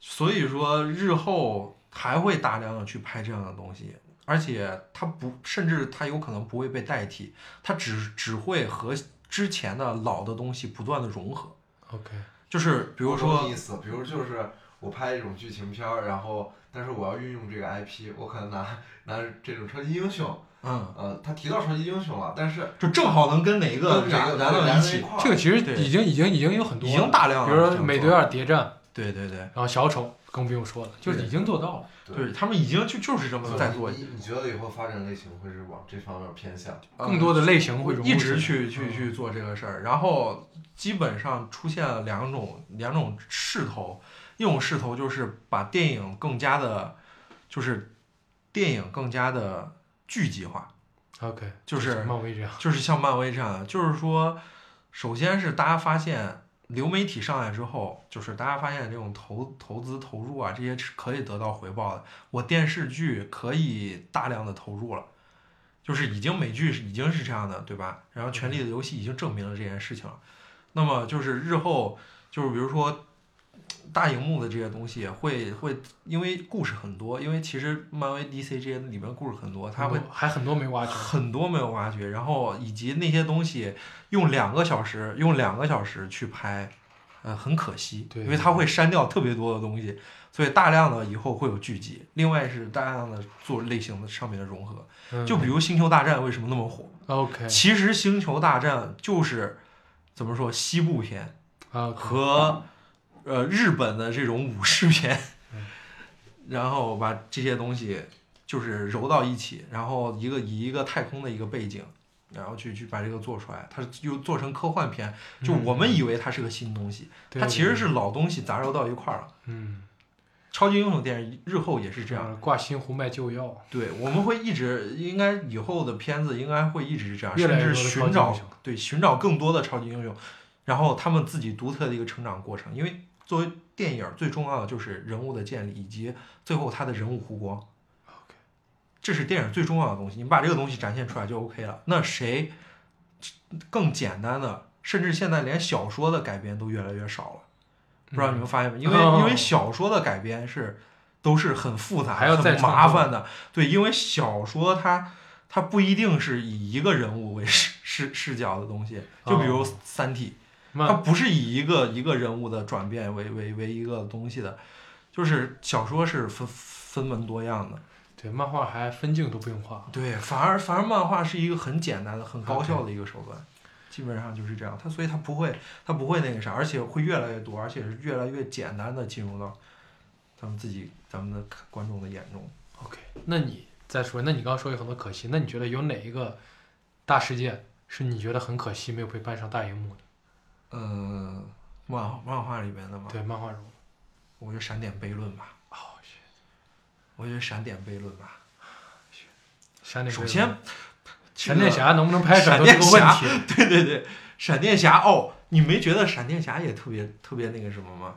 Speaker 4: 所以说日后还会大量的去拍这样的东西。而且它不，甚至它有可能不会被代替，它只只会和之前的老的东西不断的融合。
Speaker 2: OK，
Speaker 4: 就是
Speaker 3: 比
Speaker 4: 比如说
Speaker 3: 意，思，比如就是我拍一种剧情片儿，然后但是我要运用这个 IP，我可能拿拿这种超级英雄，
Speaker 4: 嗯，
Speaker 3: 呃，他提到超级英雄了，但是
Speaker 4: 就正好能跟哪一个
Speaker 3: 跟哪
Speaker 4: 燃
Speaker 3: 个
Speaker 4: 燃
Speaker 3: 对
Speaker 4: 到
Speaker 3: 燃
Speaker 4: 一
Speaker 3: 在一
Speaker 4: 起，
Speaker 3: 块儿
Speaker 2: 这个其实
Speaker 4: 对
Speaker 2: 已经已经已经有很多
Speaker 4: 已
Speaker 2: 了，
Speaker 4: 经大量
Speaker 2: 比
Speaker 4: 了。
Speaker 2: 如
Speaker 4: 这
Speaker 2: 说
Speaker 4: 样
Speaker 2: 美
Speaker 4: 做
Speaker 2: 队，二谍战，
Speaker 4: 对对对，
Speaker 2: 然后小丑更不用说了，就是
Speaker 4: 对
Speaker 2: 已经做到了。
Speaker 4: 对他们已经就就是这
Speaker 3: 嗯
Speaker 4: 么在做，
Speaker 3: 你你觉得以后发展类型会是往这方面偏向？
Speaker 2: 更多的类型会融入
Speaker 4: 一直
Speaker 2: 进去
Speaker 4: 去去
Speaker 2: 嗯
Speaker 4: 去做这个事儿，然后基本上出现了两种两种势头，一种势头就是把电影更加的，就是电影更加的剧集化，
Speaker 2: OK，
Speaker 4: 就是
Speaker 2: 漫威这样。
Speaker 4: *laughs* 就是像漫威这样的，就是说，首先是大家发现流媒体上来之后，就是大家发现这种投投资投入啊，这些是可以得到回报的。我电视剧可以大量的投入了，就是已经美剧是已经是这样的，对吧？然后《权力的游戏》已经证明了这件事情了。那么就是日后，就是比如说。大荧幕的这些东西会会，因为故事很多，因为其实漫威、DC 这些里面故事很多，它会
Speaker 2: 很多还很多没
Speaker 4: *laughs*
Speaker 2: 挖掘。
Speaker 4: 很多没有挖掘，然后以及那些东西用两个小时用两个小时去拍，呃，很可惜，
Speaker 2: 对
Speaker 4: 因为它会删掉特别多的东西，所以大量的以后会有剧集。另外是大量的做类型的上面的融合，
Speaker 2: 嗯
Speaker 4: 就比如《星球大战》为什么那么火？
Speaker 2: OK
Speaker 4: 其实《星球大战》就是怎么说西部片
Speaker 2: 啊，
Speaker 4: 和呃日本的这种武士片， *laughs* 然后把这些东西就是揉到一起，然后一个以一个太空的一个背景，然后去去把这个做出来，它又做成科幻片，就我们以为它是个新东西，
Speaker 2: 嗯对
Speaker 4: 它其实
Speaker 2: 对
Speaker 4: 是老东西杂糅到一块儿了。
Speaker 2: 嗯
Speaker 4: 超级英雄电影日后也是这样，啊
Speaker 2: 样挂新壶卖旧药，
Speaker 4: 对，我们会一直应该以后的片子应该会一直是这样，
Speaker 2: 越来
Speaker 4: 甚
Speaker 2: 越
Speaker 4: 至
Speaker 2: 多的超
Speaker 4: 寻
Speaker 2: 级
Speaker 4: 找
Speaker 2: 英雄
Speaker 4: 对，寻找更多的超级英雄，然后他们自己独特的一个成长过程。因为作为电影儿最重要的就是人物的建立，以及最后他的人物弧光。这是电影最重要的东西，你把这个东西展现出来就 OK 了。那谁更简单的，甚至现在连小说的改编都越来越少了，不知道你们发现
Speaker 2: *laughs*
Speaker 4: 没？因为、
Speaker 2: 哦
Speaker 4: 因为小说的改编是都是很复杂、
Speaker 2: 还要再
Speaker 4: 很
Speaker 2: 创
Speaker 4: 麻
Speaker 2: 作
Speaker 4: 烦的。对，因为小说它它不一定是以一个人物为视视视角的东西，就比如
Speaker 2: 哦
Speaker 4: 《三体》它
Speaker 2: 漫
Speaker 4: 不是以一个一个人物的转变为为为一个东西的，就是小说是分分门多样的。
Speaker 2: 对漫画还分镜都不用画，
Speaker 4: 对，反而反而漫画是一个很简单的、很高效的一个手段，基本上就是这样。它所以它不会它不会那个啥，而且会越来越多，而且是越来越简单的进入到咱们自己咱们的观众的眼中。
Speaker 2: OK，那你再说，那你刚刚说有很多可惜，那你觉得有哪一个大事件是你觉得很可惜没有被搬上大荧幕的？
Speaker 4: 嗯、漫漫画里面的嘛，
Speaker 2: 对，漫画中，
Speaker 4: 我就闪点悖论吧，
Speaker 2: 哦，
Speaker 4: 我就闪点悖论吧。
Speaker 2: 闪电
Speaker 4: 首先，
Speaker 2: 闪电
Speaker 4: 这个，
Speaker 2: 侠能不能拍
Speaker 4: 闪
Speaker 2: 闪
Speaker 4: 电
Speaker 2: 电这个
Speaker 4: 侠
Speaker 2: 问题？
Speaker 4: 对对对，闪电侠哦，你没觉得闪电侠也特别特别那个什么吗？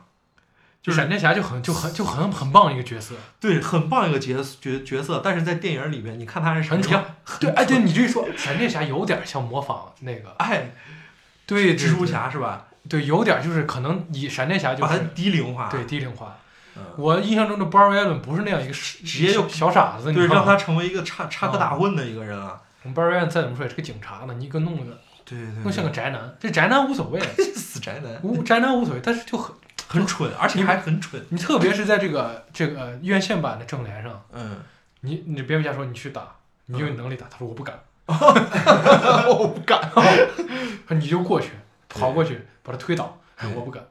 Speaker 2: 就闪电侠就很就很就很很棒一个角色，
Speaker 4: 对，很棒一个角色角角色，但是在电影里面，你看他是什么
Speaker 2: 很蠢
Speaker 4: 样？
Speaker 2: 对，哎，对你这一说，闪电侠有点像模仿那个
Speaker 4: 哎，
Speaker 2: 对
Speaker 4: 蜘蛛，侠是吧？
Speaker 2: 对，有点就是可能以闪电侠就
Speaker 4: 把他
Speaker 2: 是
Speaker 4: 低龄化，
Speaker 2: 对低龄化。
Speaker 4: 嗯，
Speaker 2: 我印象中的 Barry Allen 不是那样一个
Speaker 4: 直
Speaker 2: 直
Speaker 4: 接就
Speaker 2: 小傻子，你啊
Speaker 4: 对，
Speaker 2: 知道
Speaker 4: 让
Speaker 2: 吗
Speaker 4: 他成为一个插插科打诨的一个人啊。
Speaker 2: 我们 Barry Allen 再怎么说也是个警察呢，你给弄个
Speaker 4: 对对对，
Speaker 2: 弄哦像个宅男，这宅男无所谓， *laughs*
Speaker 4: 对 *laughs* 死宅男，
Speaker 2: 无宅男无所谓，但是就很
Speaker 4: 很蠢，而且还很蠢。
Speaker 2: 你特别是在这个这个呃院线版的正联上，
Speaker 4: 嗯，
Speaker 2: 你你蝙蝠侠说你去打，你有能力打，他说我不敢，
Speaker 4: *laughs* 我不敢。
Speaker 2: 你就过去跑过去把他推倒，哎
Speaker 4: 对
Speaker 2: 我不敢。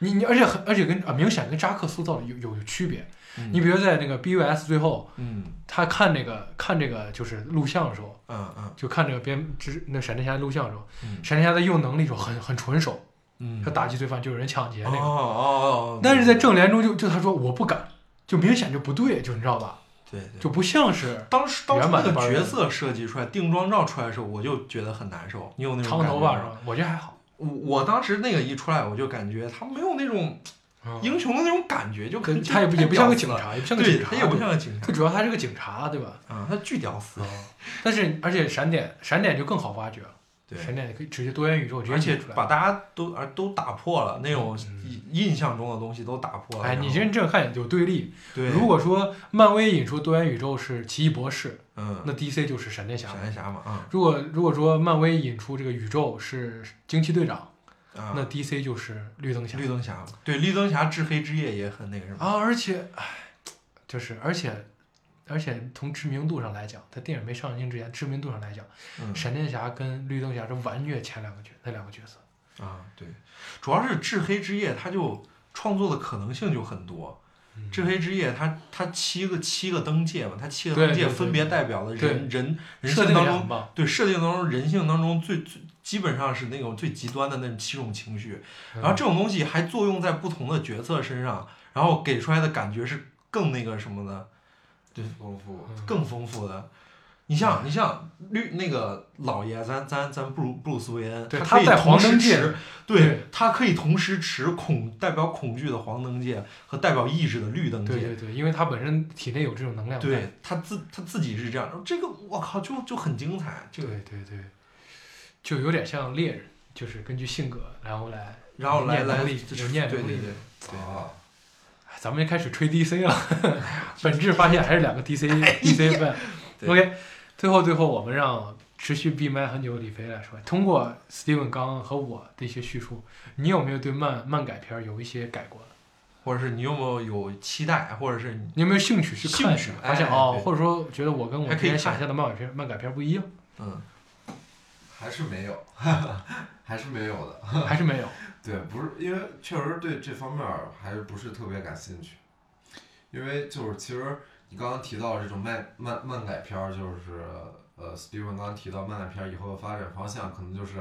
Speaker 2: 你你而且很而且跟啊明显跟扎克塑造的有有有区别，你比如在那个 BUS 最后
Speaker 4: 嗯
Speaker 2: 他看那个看这个就是录像的时候。
Speaker 4: 嗯嗯
Speaker 2: 就看这个边之那闪电侠录像的时候，
Speaker 4: 嗯
Speaker 2: 闪电侠的用能力就很很纯熟，
Speaker 4: 嗯
Speaker 2: 他打击罪犯就有人抢劫
Speaker 4: 哦
Speaker 2: 那个，
Speaker 4: 哦哦，
Speaker 2: 但是在正联中就就他说我不敢，就明显就不对，就你知道吧，
Speaker 4: 对对。
Speaker 2: 就不像是
Speaker 4: 当时当时
Speaker 2: 原
Speaker 4: 那
Speaker 2: 版的
Speaker 4: 个
Speaker 2: 八月
Speaker 4: 角
Speaker 2: 份
Speaker 4: 色设计出来，定妆照出来的时候，我就觉得很难受。你有那种
Speaker 2: 长
Speaker 4: 感觉
Speaker 2: 头发是
Speaker 4: 吗？
Speaker 2: 吧？我觉得还好，
Speaker 4: 我我当时那个一出来，我就感觉他没有那种
Speaker 2: 嗯，
Speaker 4: 英雄的那种感觉，就
Speaker 2: 对
Speaker 4: 跟
Speaker 2: 他也不也不像个警，察，也不像个
Speaker 4: 对
Speaker 2: 警察，
Speaker 4: 他也不像个警察
Speaker 2: 最主要他是个警察，对吧？
Speaker 4: 啊，他巨屌丝，
Speaker 2: 但是而且闪点闪点就更好挖掘了，
Speaker 4: 对，
Speaker 2: 闪点可以直接多元宇宙直接
Speaker 4: 而且
Speaker 2: 引出来。嗯
Speaker 4: 把大家都而都打破了那种印印象中的东西都打破了。
Speaker 2: 哎，
Speaker 4: 然后
Speaker 2: 你认真看有对立。
Speaker 4: 对，
Speaker 2: 如果说漫威引出多元宇宙是奇异博士，
Speaker 4: 嗯，
Speaker 2: 那 DC 就是闪电侠
Speaker 4: 闪。电侠嘛，啊
Speaker 2: 如果如果说漫威引出这个宇宙是惊奇队长，
Speaker 4: 啊，
Speaker 2: 那 DC 就是绿灯侠
Speaker 4: 绿灯侠，对，绿灯侠至黑之夜也很那个什么，
Speaker 2: 啊，而且，唉，就是而且而且从知名度上来讲，在电影没上映之前，知名度上来讲，
Speaker 4: 嗯
Speaker 2: 闪电侠跟绿灯侠是完虐前两个角那两个角色。
Speaker 4: 啊啊，对，主要是至黑之夜，它就创作的可能性就很多。
Speaker 2: 嗯
Speaker 4: 至黑之夜，它它七个七个灯界嘛，它七个
Speaker 2: 对
Speaker 4: 灯界
Speaker 2: 对对
Speaker 4: 分别代表了
Speaker 2: 对
Speaker 4: 人人人
Speaker 2: 设
Speaker 4: 性
Speaker 2: 定
Speaker 4: 当
Speaker 2: 也
Speaker 4: 中
Speaker 2: 很棒，
Speaker 4: 对设定当中人性当中最最基本上是那种最极端的那种七种情绪，
Speaker 2: 嗯
Speaker 4: 然后这种东西还作用在不同的角色身上，然后给出来的感觉是更那个什么的，
Speaker 3: 丰富。
Speaker 2: 嗯
Speaker 4: 更丰富的。你像你像绿那个老爷，咱咱咱布鲁布鲁斯韦恩，
Speaker 2: 对
Speaker 4: 可以
Speaker 2: 他在
Speaker 4: 同
Speaker 2: 黄
Speaker 4: 时
Speaker 2: 灯界
Speaker 4: 持，
Speaker 2: 对
Speaker 4: 对他可以同时持恐代表恐惧的黄灯界和代表意志的绿灯界，
Speaker 2: 对对对，因为他本身体内有这种能量在。
Speaker 4: 对他自他自己是这样，这个我靠就就很精彩，这
Speaker 2: 对
Speaker 4: 个
Speaker 2: 对对，就有点像猎人，就是根据性格然后来
Speaker 4: 然后来
Speaker 2: 有念
Speaker 4: 来
Speaker 2: 能力
Speaker 4: 就是
Speaker 2: 有念
Speaker 4: 对
Speaker 2: 能力
Speaker 4: 对对，对
Speaker 3: 啊，
Speaker 2: 咱们就开始吹 DC 了，
Speaker 4: 哎
Speaker 2: *laughs* 本质发现还是两个 DC
Speaker 4: *laughs*
Speaker 2: DC 范。
Speaker 4: 对
Speaker 2: OK，最后最后我们让持续闭麦很久的李飞来说，通过 Steven 刚刚和我的一些叙述，你有没有对漫漫改片儿有一些改观？
Speaker 4: 或者是你有没有有期待，或者是你
Speaker 2: 你有没有兴趣去看一
Speaker 4: 兴
Speaker 2: 下
Speaker 4: 趣？
Speaker 2: 发现
Speaker 4: 哎
Speaker 2: 哦
Speaker 4: 对，
Speaker 2: 或者说觉得我跟我
Speaker 4: 还
Speaker 2: 之
Speaker 4: 可以
Speaker 2: 前想
Speaker 4: 看
Speaker 2: 象的漫改片漫改片儿不一
Speaker 4: *laughs*
Speaker 2: 样，
Speaker 4: 嗯
Speaker 3: 还是没有， *laughs* 还是没有的。
Speaker 2: 还是没有？
Speaker 3: 对，不是因为确实对这方面儿还是不是特别感兴趣，因为就是其实你刚刚提到这种漫漫漫改片儿，就是呃，Steven 刚刚提到漫改片儿以后的发展方向，可能就是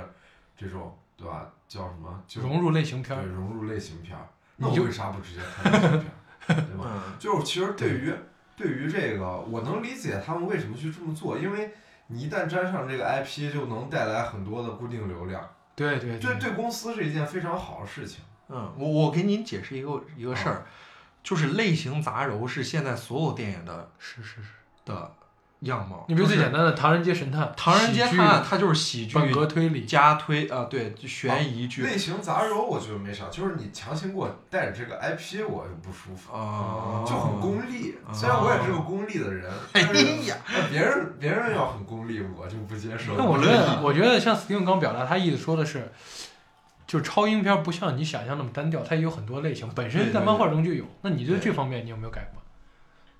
Speaker 3: 这种对吧？叫什么？就
Speaker 2: 融入类型片
Speaker 3: 对
Speaker 2: 儿，
Speaker 3: 融入类型片儿。
Speaker 2: 你
Speaker 3: 那我
Speaker 2: 就
Speaker 3: 为啥不直接看类型片儿？对吧？ *laughs*
Speaker 4: 嗯，
Speaker 3: 就是其实对于对于这个，我能理解他们为什么去这么做，因为你一旦沾上这个 IP，就能带来很多的固定流量，
Speaker 2: 对对
Speaker 3: 这对公司是一件非常好的事情。
Speaker 4: 嗯，我我给您解释一个一个事儿，就是类型杂糅是现在所有电影的
Speaker 2: 是是是。
Speaker 4: 的样貌。
Speaker 2: 你比如
Speaker 4: 就
Speaker 2: 最
Speaker 4: 是
Speaker 2: 简单的《唐人街神探》，
Speaker 4: 唐人街
Speaker 2: 喜剧
Speaker 4: 探案》，它就是喜剧
Speaker 2: 本格推理，
Speaker 4: 加推啊、对，就悬疑剧
Speaker 3: 类型杂糅我觉得没啥，就是你强行给我带着这个 IP，我就不舒服。
Speaker 2: 哦
Speaker 4: 啊，
Speaker 3: 就很功利，
Speaker 4: 哦
Speaker 3: 虽然我也是个功利的人，
Speaker 4: 哎
Speaker 3: 但是
Speaker 4: 呀，
Speaker 3: 别人别人要很功利，我就不接受。
Speaker 2: 但我
Speaker 4: 不
Speaker 2: 觉
Speaker 4: 乐
Speaker 2: 得，我觉得像 Steven 刚表达他意思说的是，就是超英片不像你想象那么单调，它也有很多类型，本身
Speaker 4: 对
Speaker 2: 在
Speaker 4: 对
Speaker 2: 漫画中就有。那你对
Speaker 3: 对
Speaker 2: 这方面你有没有改观？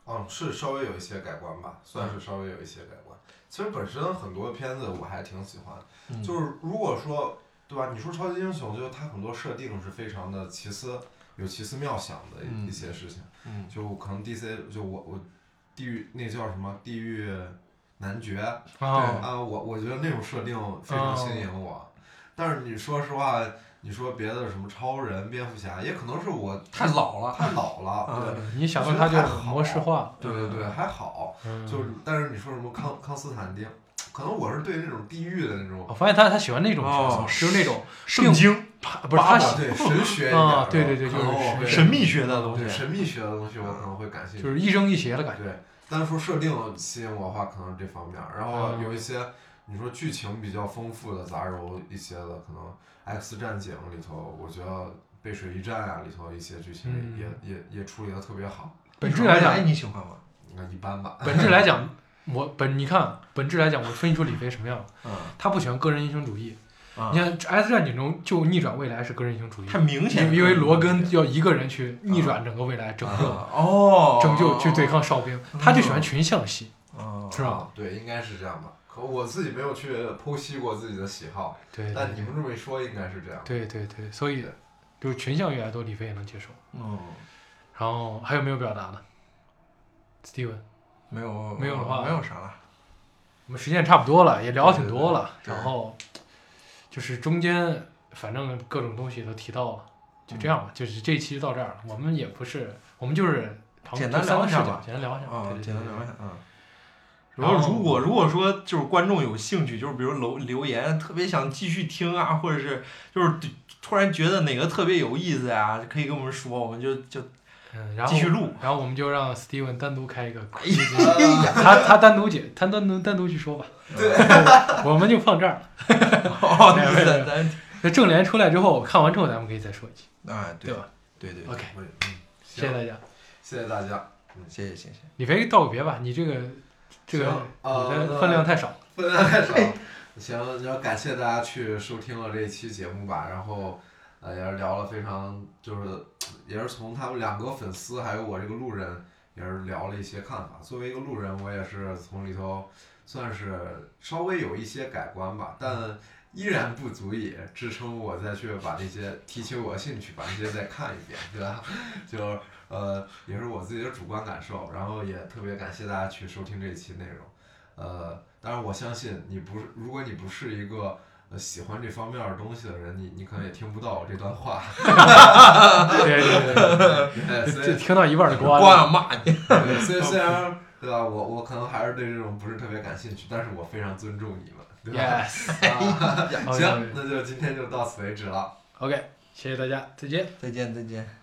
Speaker 3: 嗯，是稍微有一些改观吧，算是稍微有一些改观。其实本身很多片子我还挺喜欢的，
Speaker 4: 嗯
Speaker 3: 就是如果说对吧，你说超级英雄，就是它很多设定是非常的奇思，有奇思妙想的一
Speaker 4: 嗯
Speaker 3: 一些事情。
Speaker 4: 嗯
Speaker 3: 就可能 DC 就我我地狱那叫什么地狱男爵
Speaker 4: 哦嗯
Speaker 2: 啊，
Speaker 3: 啊，我我觉得那种设定非常吸引我。但是你说实话，你说别的什么超人、蝙蝠侠，也可能是我
Speaker 4: 太老了，
Speaker 3: 太老了。
Speaker 4: 啊
Speaker 3: 对
Speaker 2: 你想到它就模式化了，
Speaker 3: 对对对，还好。
Speaker 2: 嗯
Speaker 3: 就是，但是你说什么康康斯坦丁，可能我是对那种地狱的那种
Speaker 2: 我发现他他喜欢那种角色，
Speaker 4: 哦
Speaker 2: 就是那种
Speaker 4: 圣经
Speaker 2: 啪不是他喜
Speaker 3: 对神学一点
Speaker 2: 啊
Speaker 3: 的，
Speaker 2: 对对对
Speaker 3: 可
Speaker 2: 就是
Speaker 3: 能我会
Speaker 4: 神秘学的东
Speaker 3: 对
Speaker 4: 西，
Speaker 3: 神秘学的东西，我可能会感兴
Speaker 2: 就
Speaker 3: 趣。
Speaker 2: 是一正一邪的感觉。
Speaker 3: 对，但是说设定吸引我的话，可能是这方面儿。然
Speaker 2: 啊
Speaker 3: 后有一些你说剧情比较丰富的杂糅一些的，可能《X 战警》里头，我觉得。背水一战啊，里头一些剧情也、
Speaker 2: 嗯
Speaker 3: 也也也处理的特别好，
Speaker 2: 本质来
Speaker 4: 哎，
Speaker 2: 讲，
Speaker 4: 你喜欢吗？
Speaker 3: 那一般吧。
Speaker 2: 本质来讲，我本你看本质来讲，我分析出李飞什么样了。
Speaker 4: 嗯
Speaker 2: 他不喜欢个人英雄主义。
Speaker 4: 啊
Speaker 2: 你，看《X 战警》中就逆转未来是个人英雄主义，
Speaker 4: 太明显了，
Speaker 2: 因因为罗根要一个人去逆转整个未来，拯救、
Speaker 4: 啊哦，
Speaker 2: 拯救去对抗哨兵，他就喜欢群像戏，
Speaker 4: 哦，
Speaker 2: 是吧？
Speaker 3: 啊对，应该是这样吧。可我自己没有去剖析过自己的喜好，
Speaker 2: 对，
Speaker 3: 但你们这么一说，应该是这样。
Speaker 2: 对对对，所以就是群像越来越多，李飞也能接受。
Speaker 4: 嗯，
Speaker 2: 然后还有没有表达的？Steven，
Speaker 4: 没有
Speaker 2: 没有的话
Speaker 4: 没有啥了。
Speaker 2: 我们时间也差不多了，也聊得挺多了，
Speaker 4: 对对对
Speaker 2: 然后就是中间反正各种东西都提到了，就这
Speaker 4: 嗯
Speaker 2: 样吧，就是这一期就到这儿了。我们也不是，我们就是旁
Speaker 4: 简单
Speaker 2: 就三
Speaker 4: 聊
Speaker 2: 个
Speaker 4: 一
Speaker 2: 视
Speaker 4: 下
Speaker 2: 角
Speaker 4: 吧，
Speaker 2: 简单聊一下，
Speaker 4: 啊
Speaker 2: 嗯对，对
Speaker 4: 简单
Speaker 2: 对
Speaker 4: 聊一下啊。然
Speaker 2: 然后
Speaker 4: 后，如果如果说就是观众有兴趣，就是比如留留言，特别想继续听啊，或者是就是突然觉得哪个特别有意思呀、可以跟我们说，我们就就
Speaker 2: 嗯，然后
Speaker 4: 继续
Speaker 2: *laughs*
Speaker 4: 录。 *laughs*
Speaker 2: 然后我们就让 Steven 单独开一个，
Speaker 4: 哎呀，
Speaker 2: *laughs* 他他单独解，他单独单独去说吧。
Speaker 3: 对
Speaker 2: *laughs* 我，我们就放这儿了。
Speaker 4: 哦，
Speaker 2: 没有没有
Speaker 4: 咱咱
Speaker 2: 那正联出来之后，看完之后咱们可以再说一期，
Speaker 4: 啊，
Speaker 2: 对
Speaker 4: 对
Speaker 2: 吧
Speaker 4: 对对，对
Speaker 2: ？OK，
Speaker 3: 嗯，
Speaker 2: 谢谢
Speaker 3: 行
Speaker 2: 大家。
Speaker 3: 谢谢大家。
Speaker 4: 谢谢谢谢。
Speaker 2: 李飞道个别吧，你这个这个
Speaker 3: 行呃
Speaker 2: 你的
Speaker 3: 那
Speaker 2: 分量太少。
Speaker 3: *laughs* 分量太少。行，要感谢大家去收听了这一期节目吧，然后呃也是聊了非常就是也是从他们两个粉丝还有我这个路人也是聊了一些看法。作为一个路人，我也是从里头算是稍微有一些改观吧，但。依然不足以 *laughs* 支撑我再去把那些提起我兴趣，把那些再看一遍，对吧？就呃，也是我自己的主观感受，然后也特别感谢大家去收听这一期内容，呃，当然我相信你不是，如果你不是一个呃喜欢这方面的东西的人，你你可能也听不到我这段话， *laughs*
Speaker 2: 对对对
Speaker 3: 哎， *laughs* 所
Speaker 2: 对，
Speaker 3: 以
Speaker 2: 这听到一半就关
Speaker 4: 光
Speaker 2: 了。
Speaker 4: 要骂你。 *laughs*
Speaker 3: 对，虽虽然对吧，我我可能还是对这种不是特别感兴趣，但是我非常尊重你们，对吧？ *laughs*
Speaker 2: Yes，OK，、
Speaker 3: 啊
Speaker 2: 好
Speaker 3: 行，那就今天就到此为止了。
Speaker 2: OK，谢谢大家，再见。
Speaker 4: 再见，再见。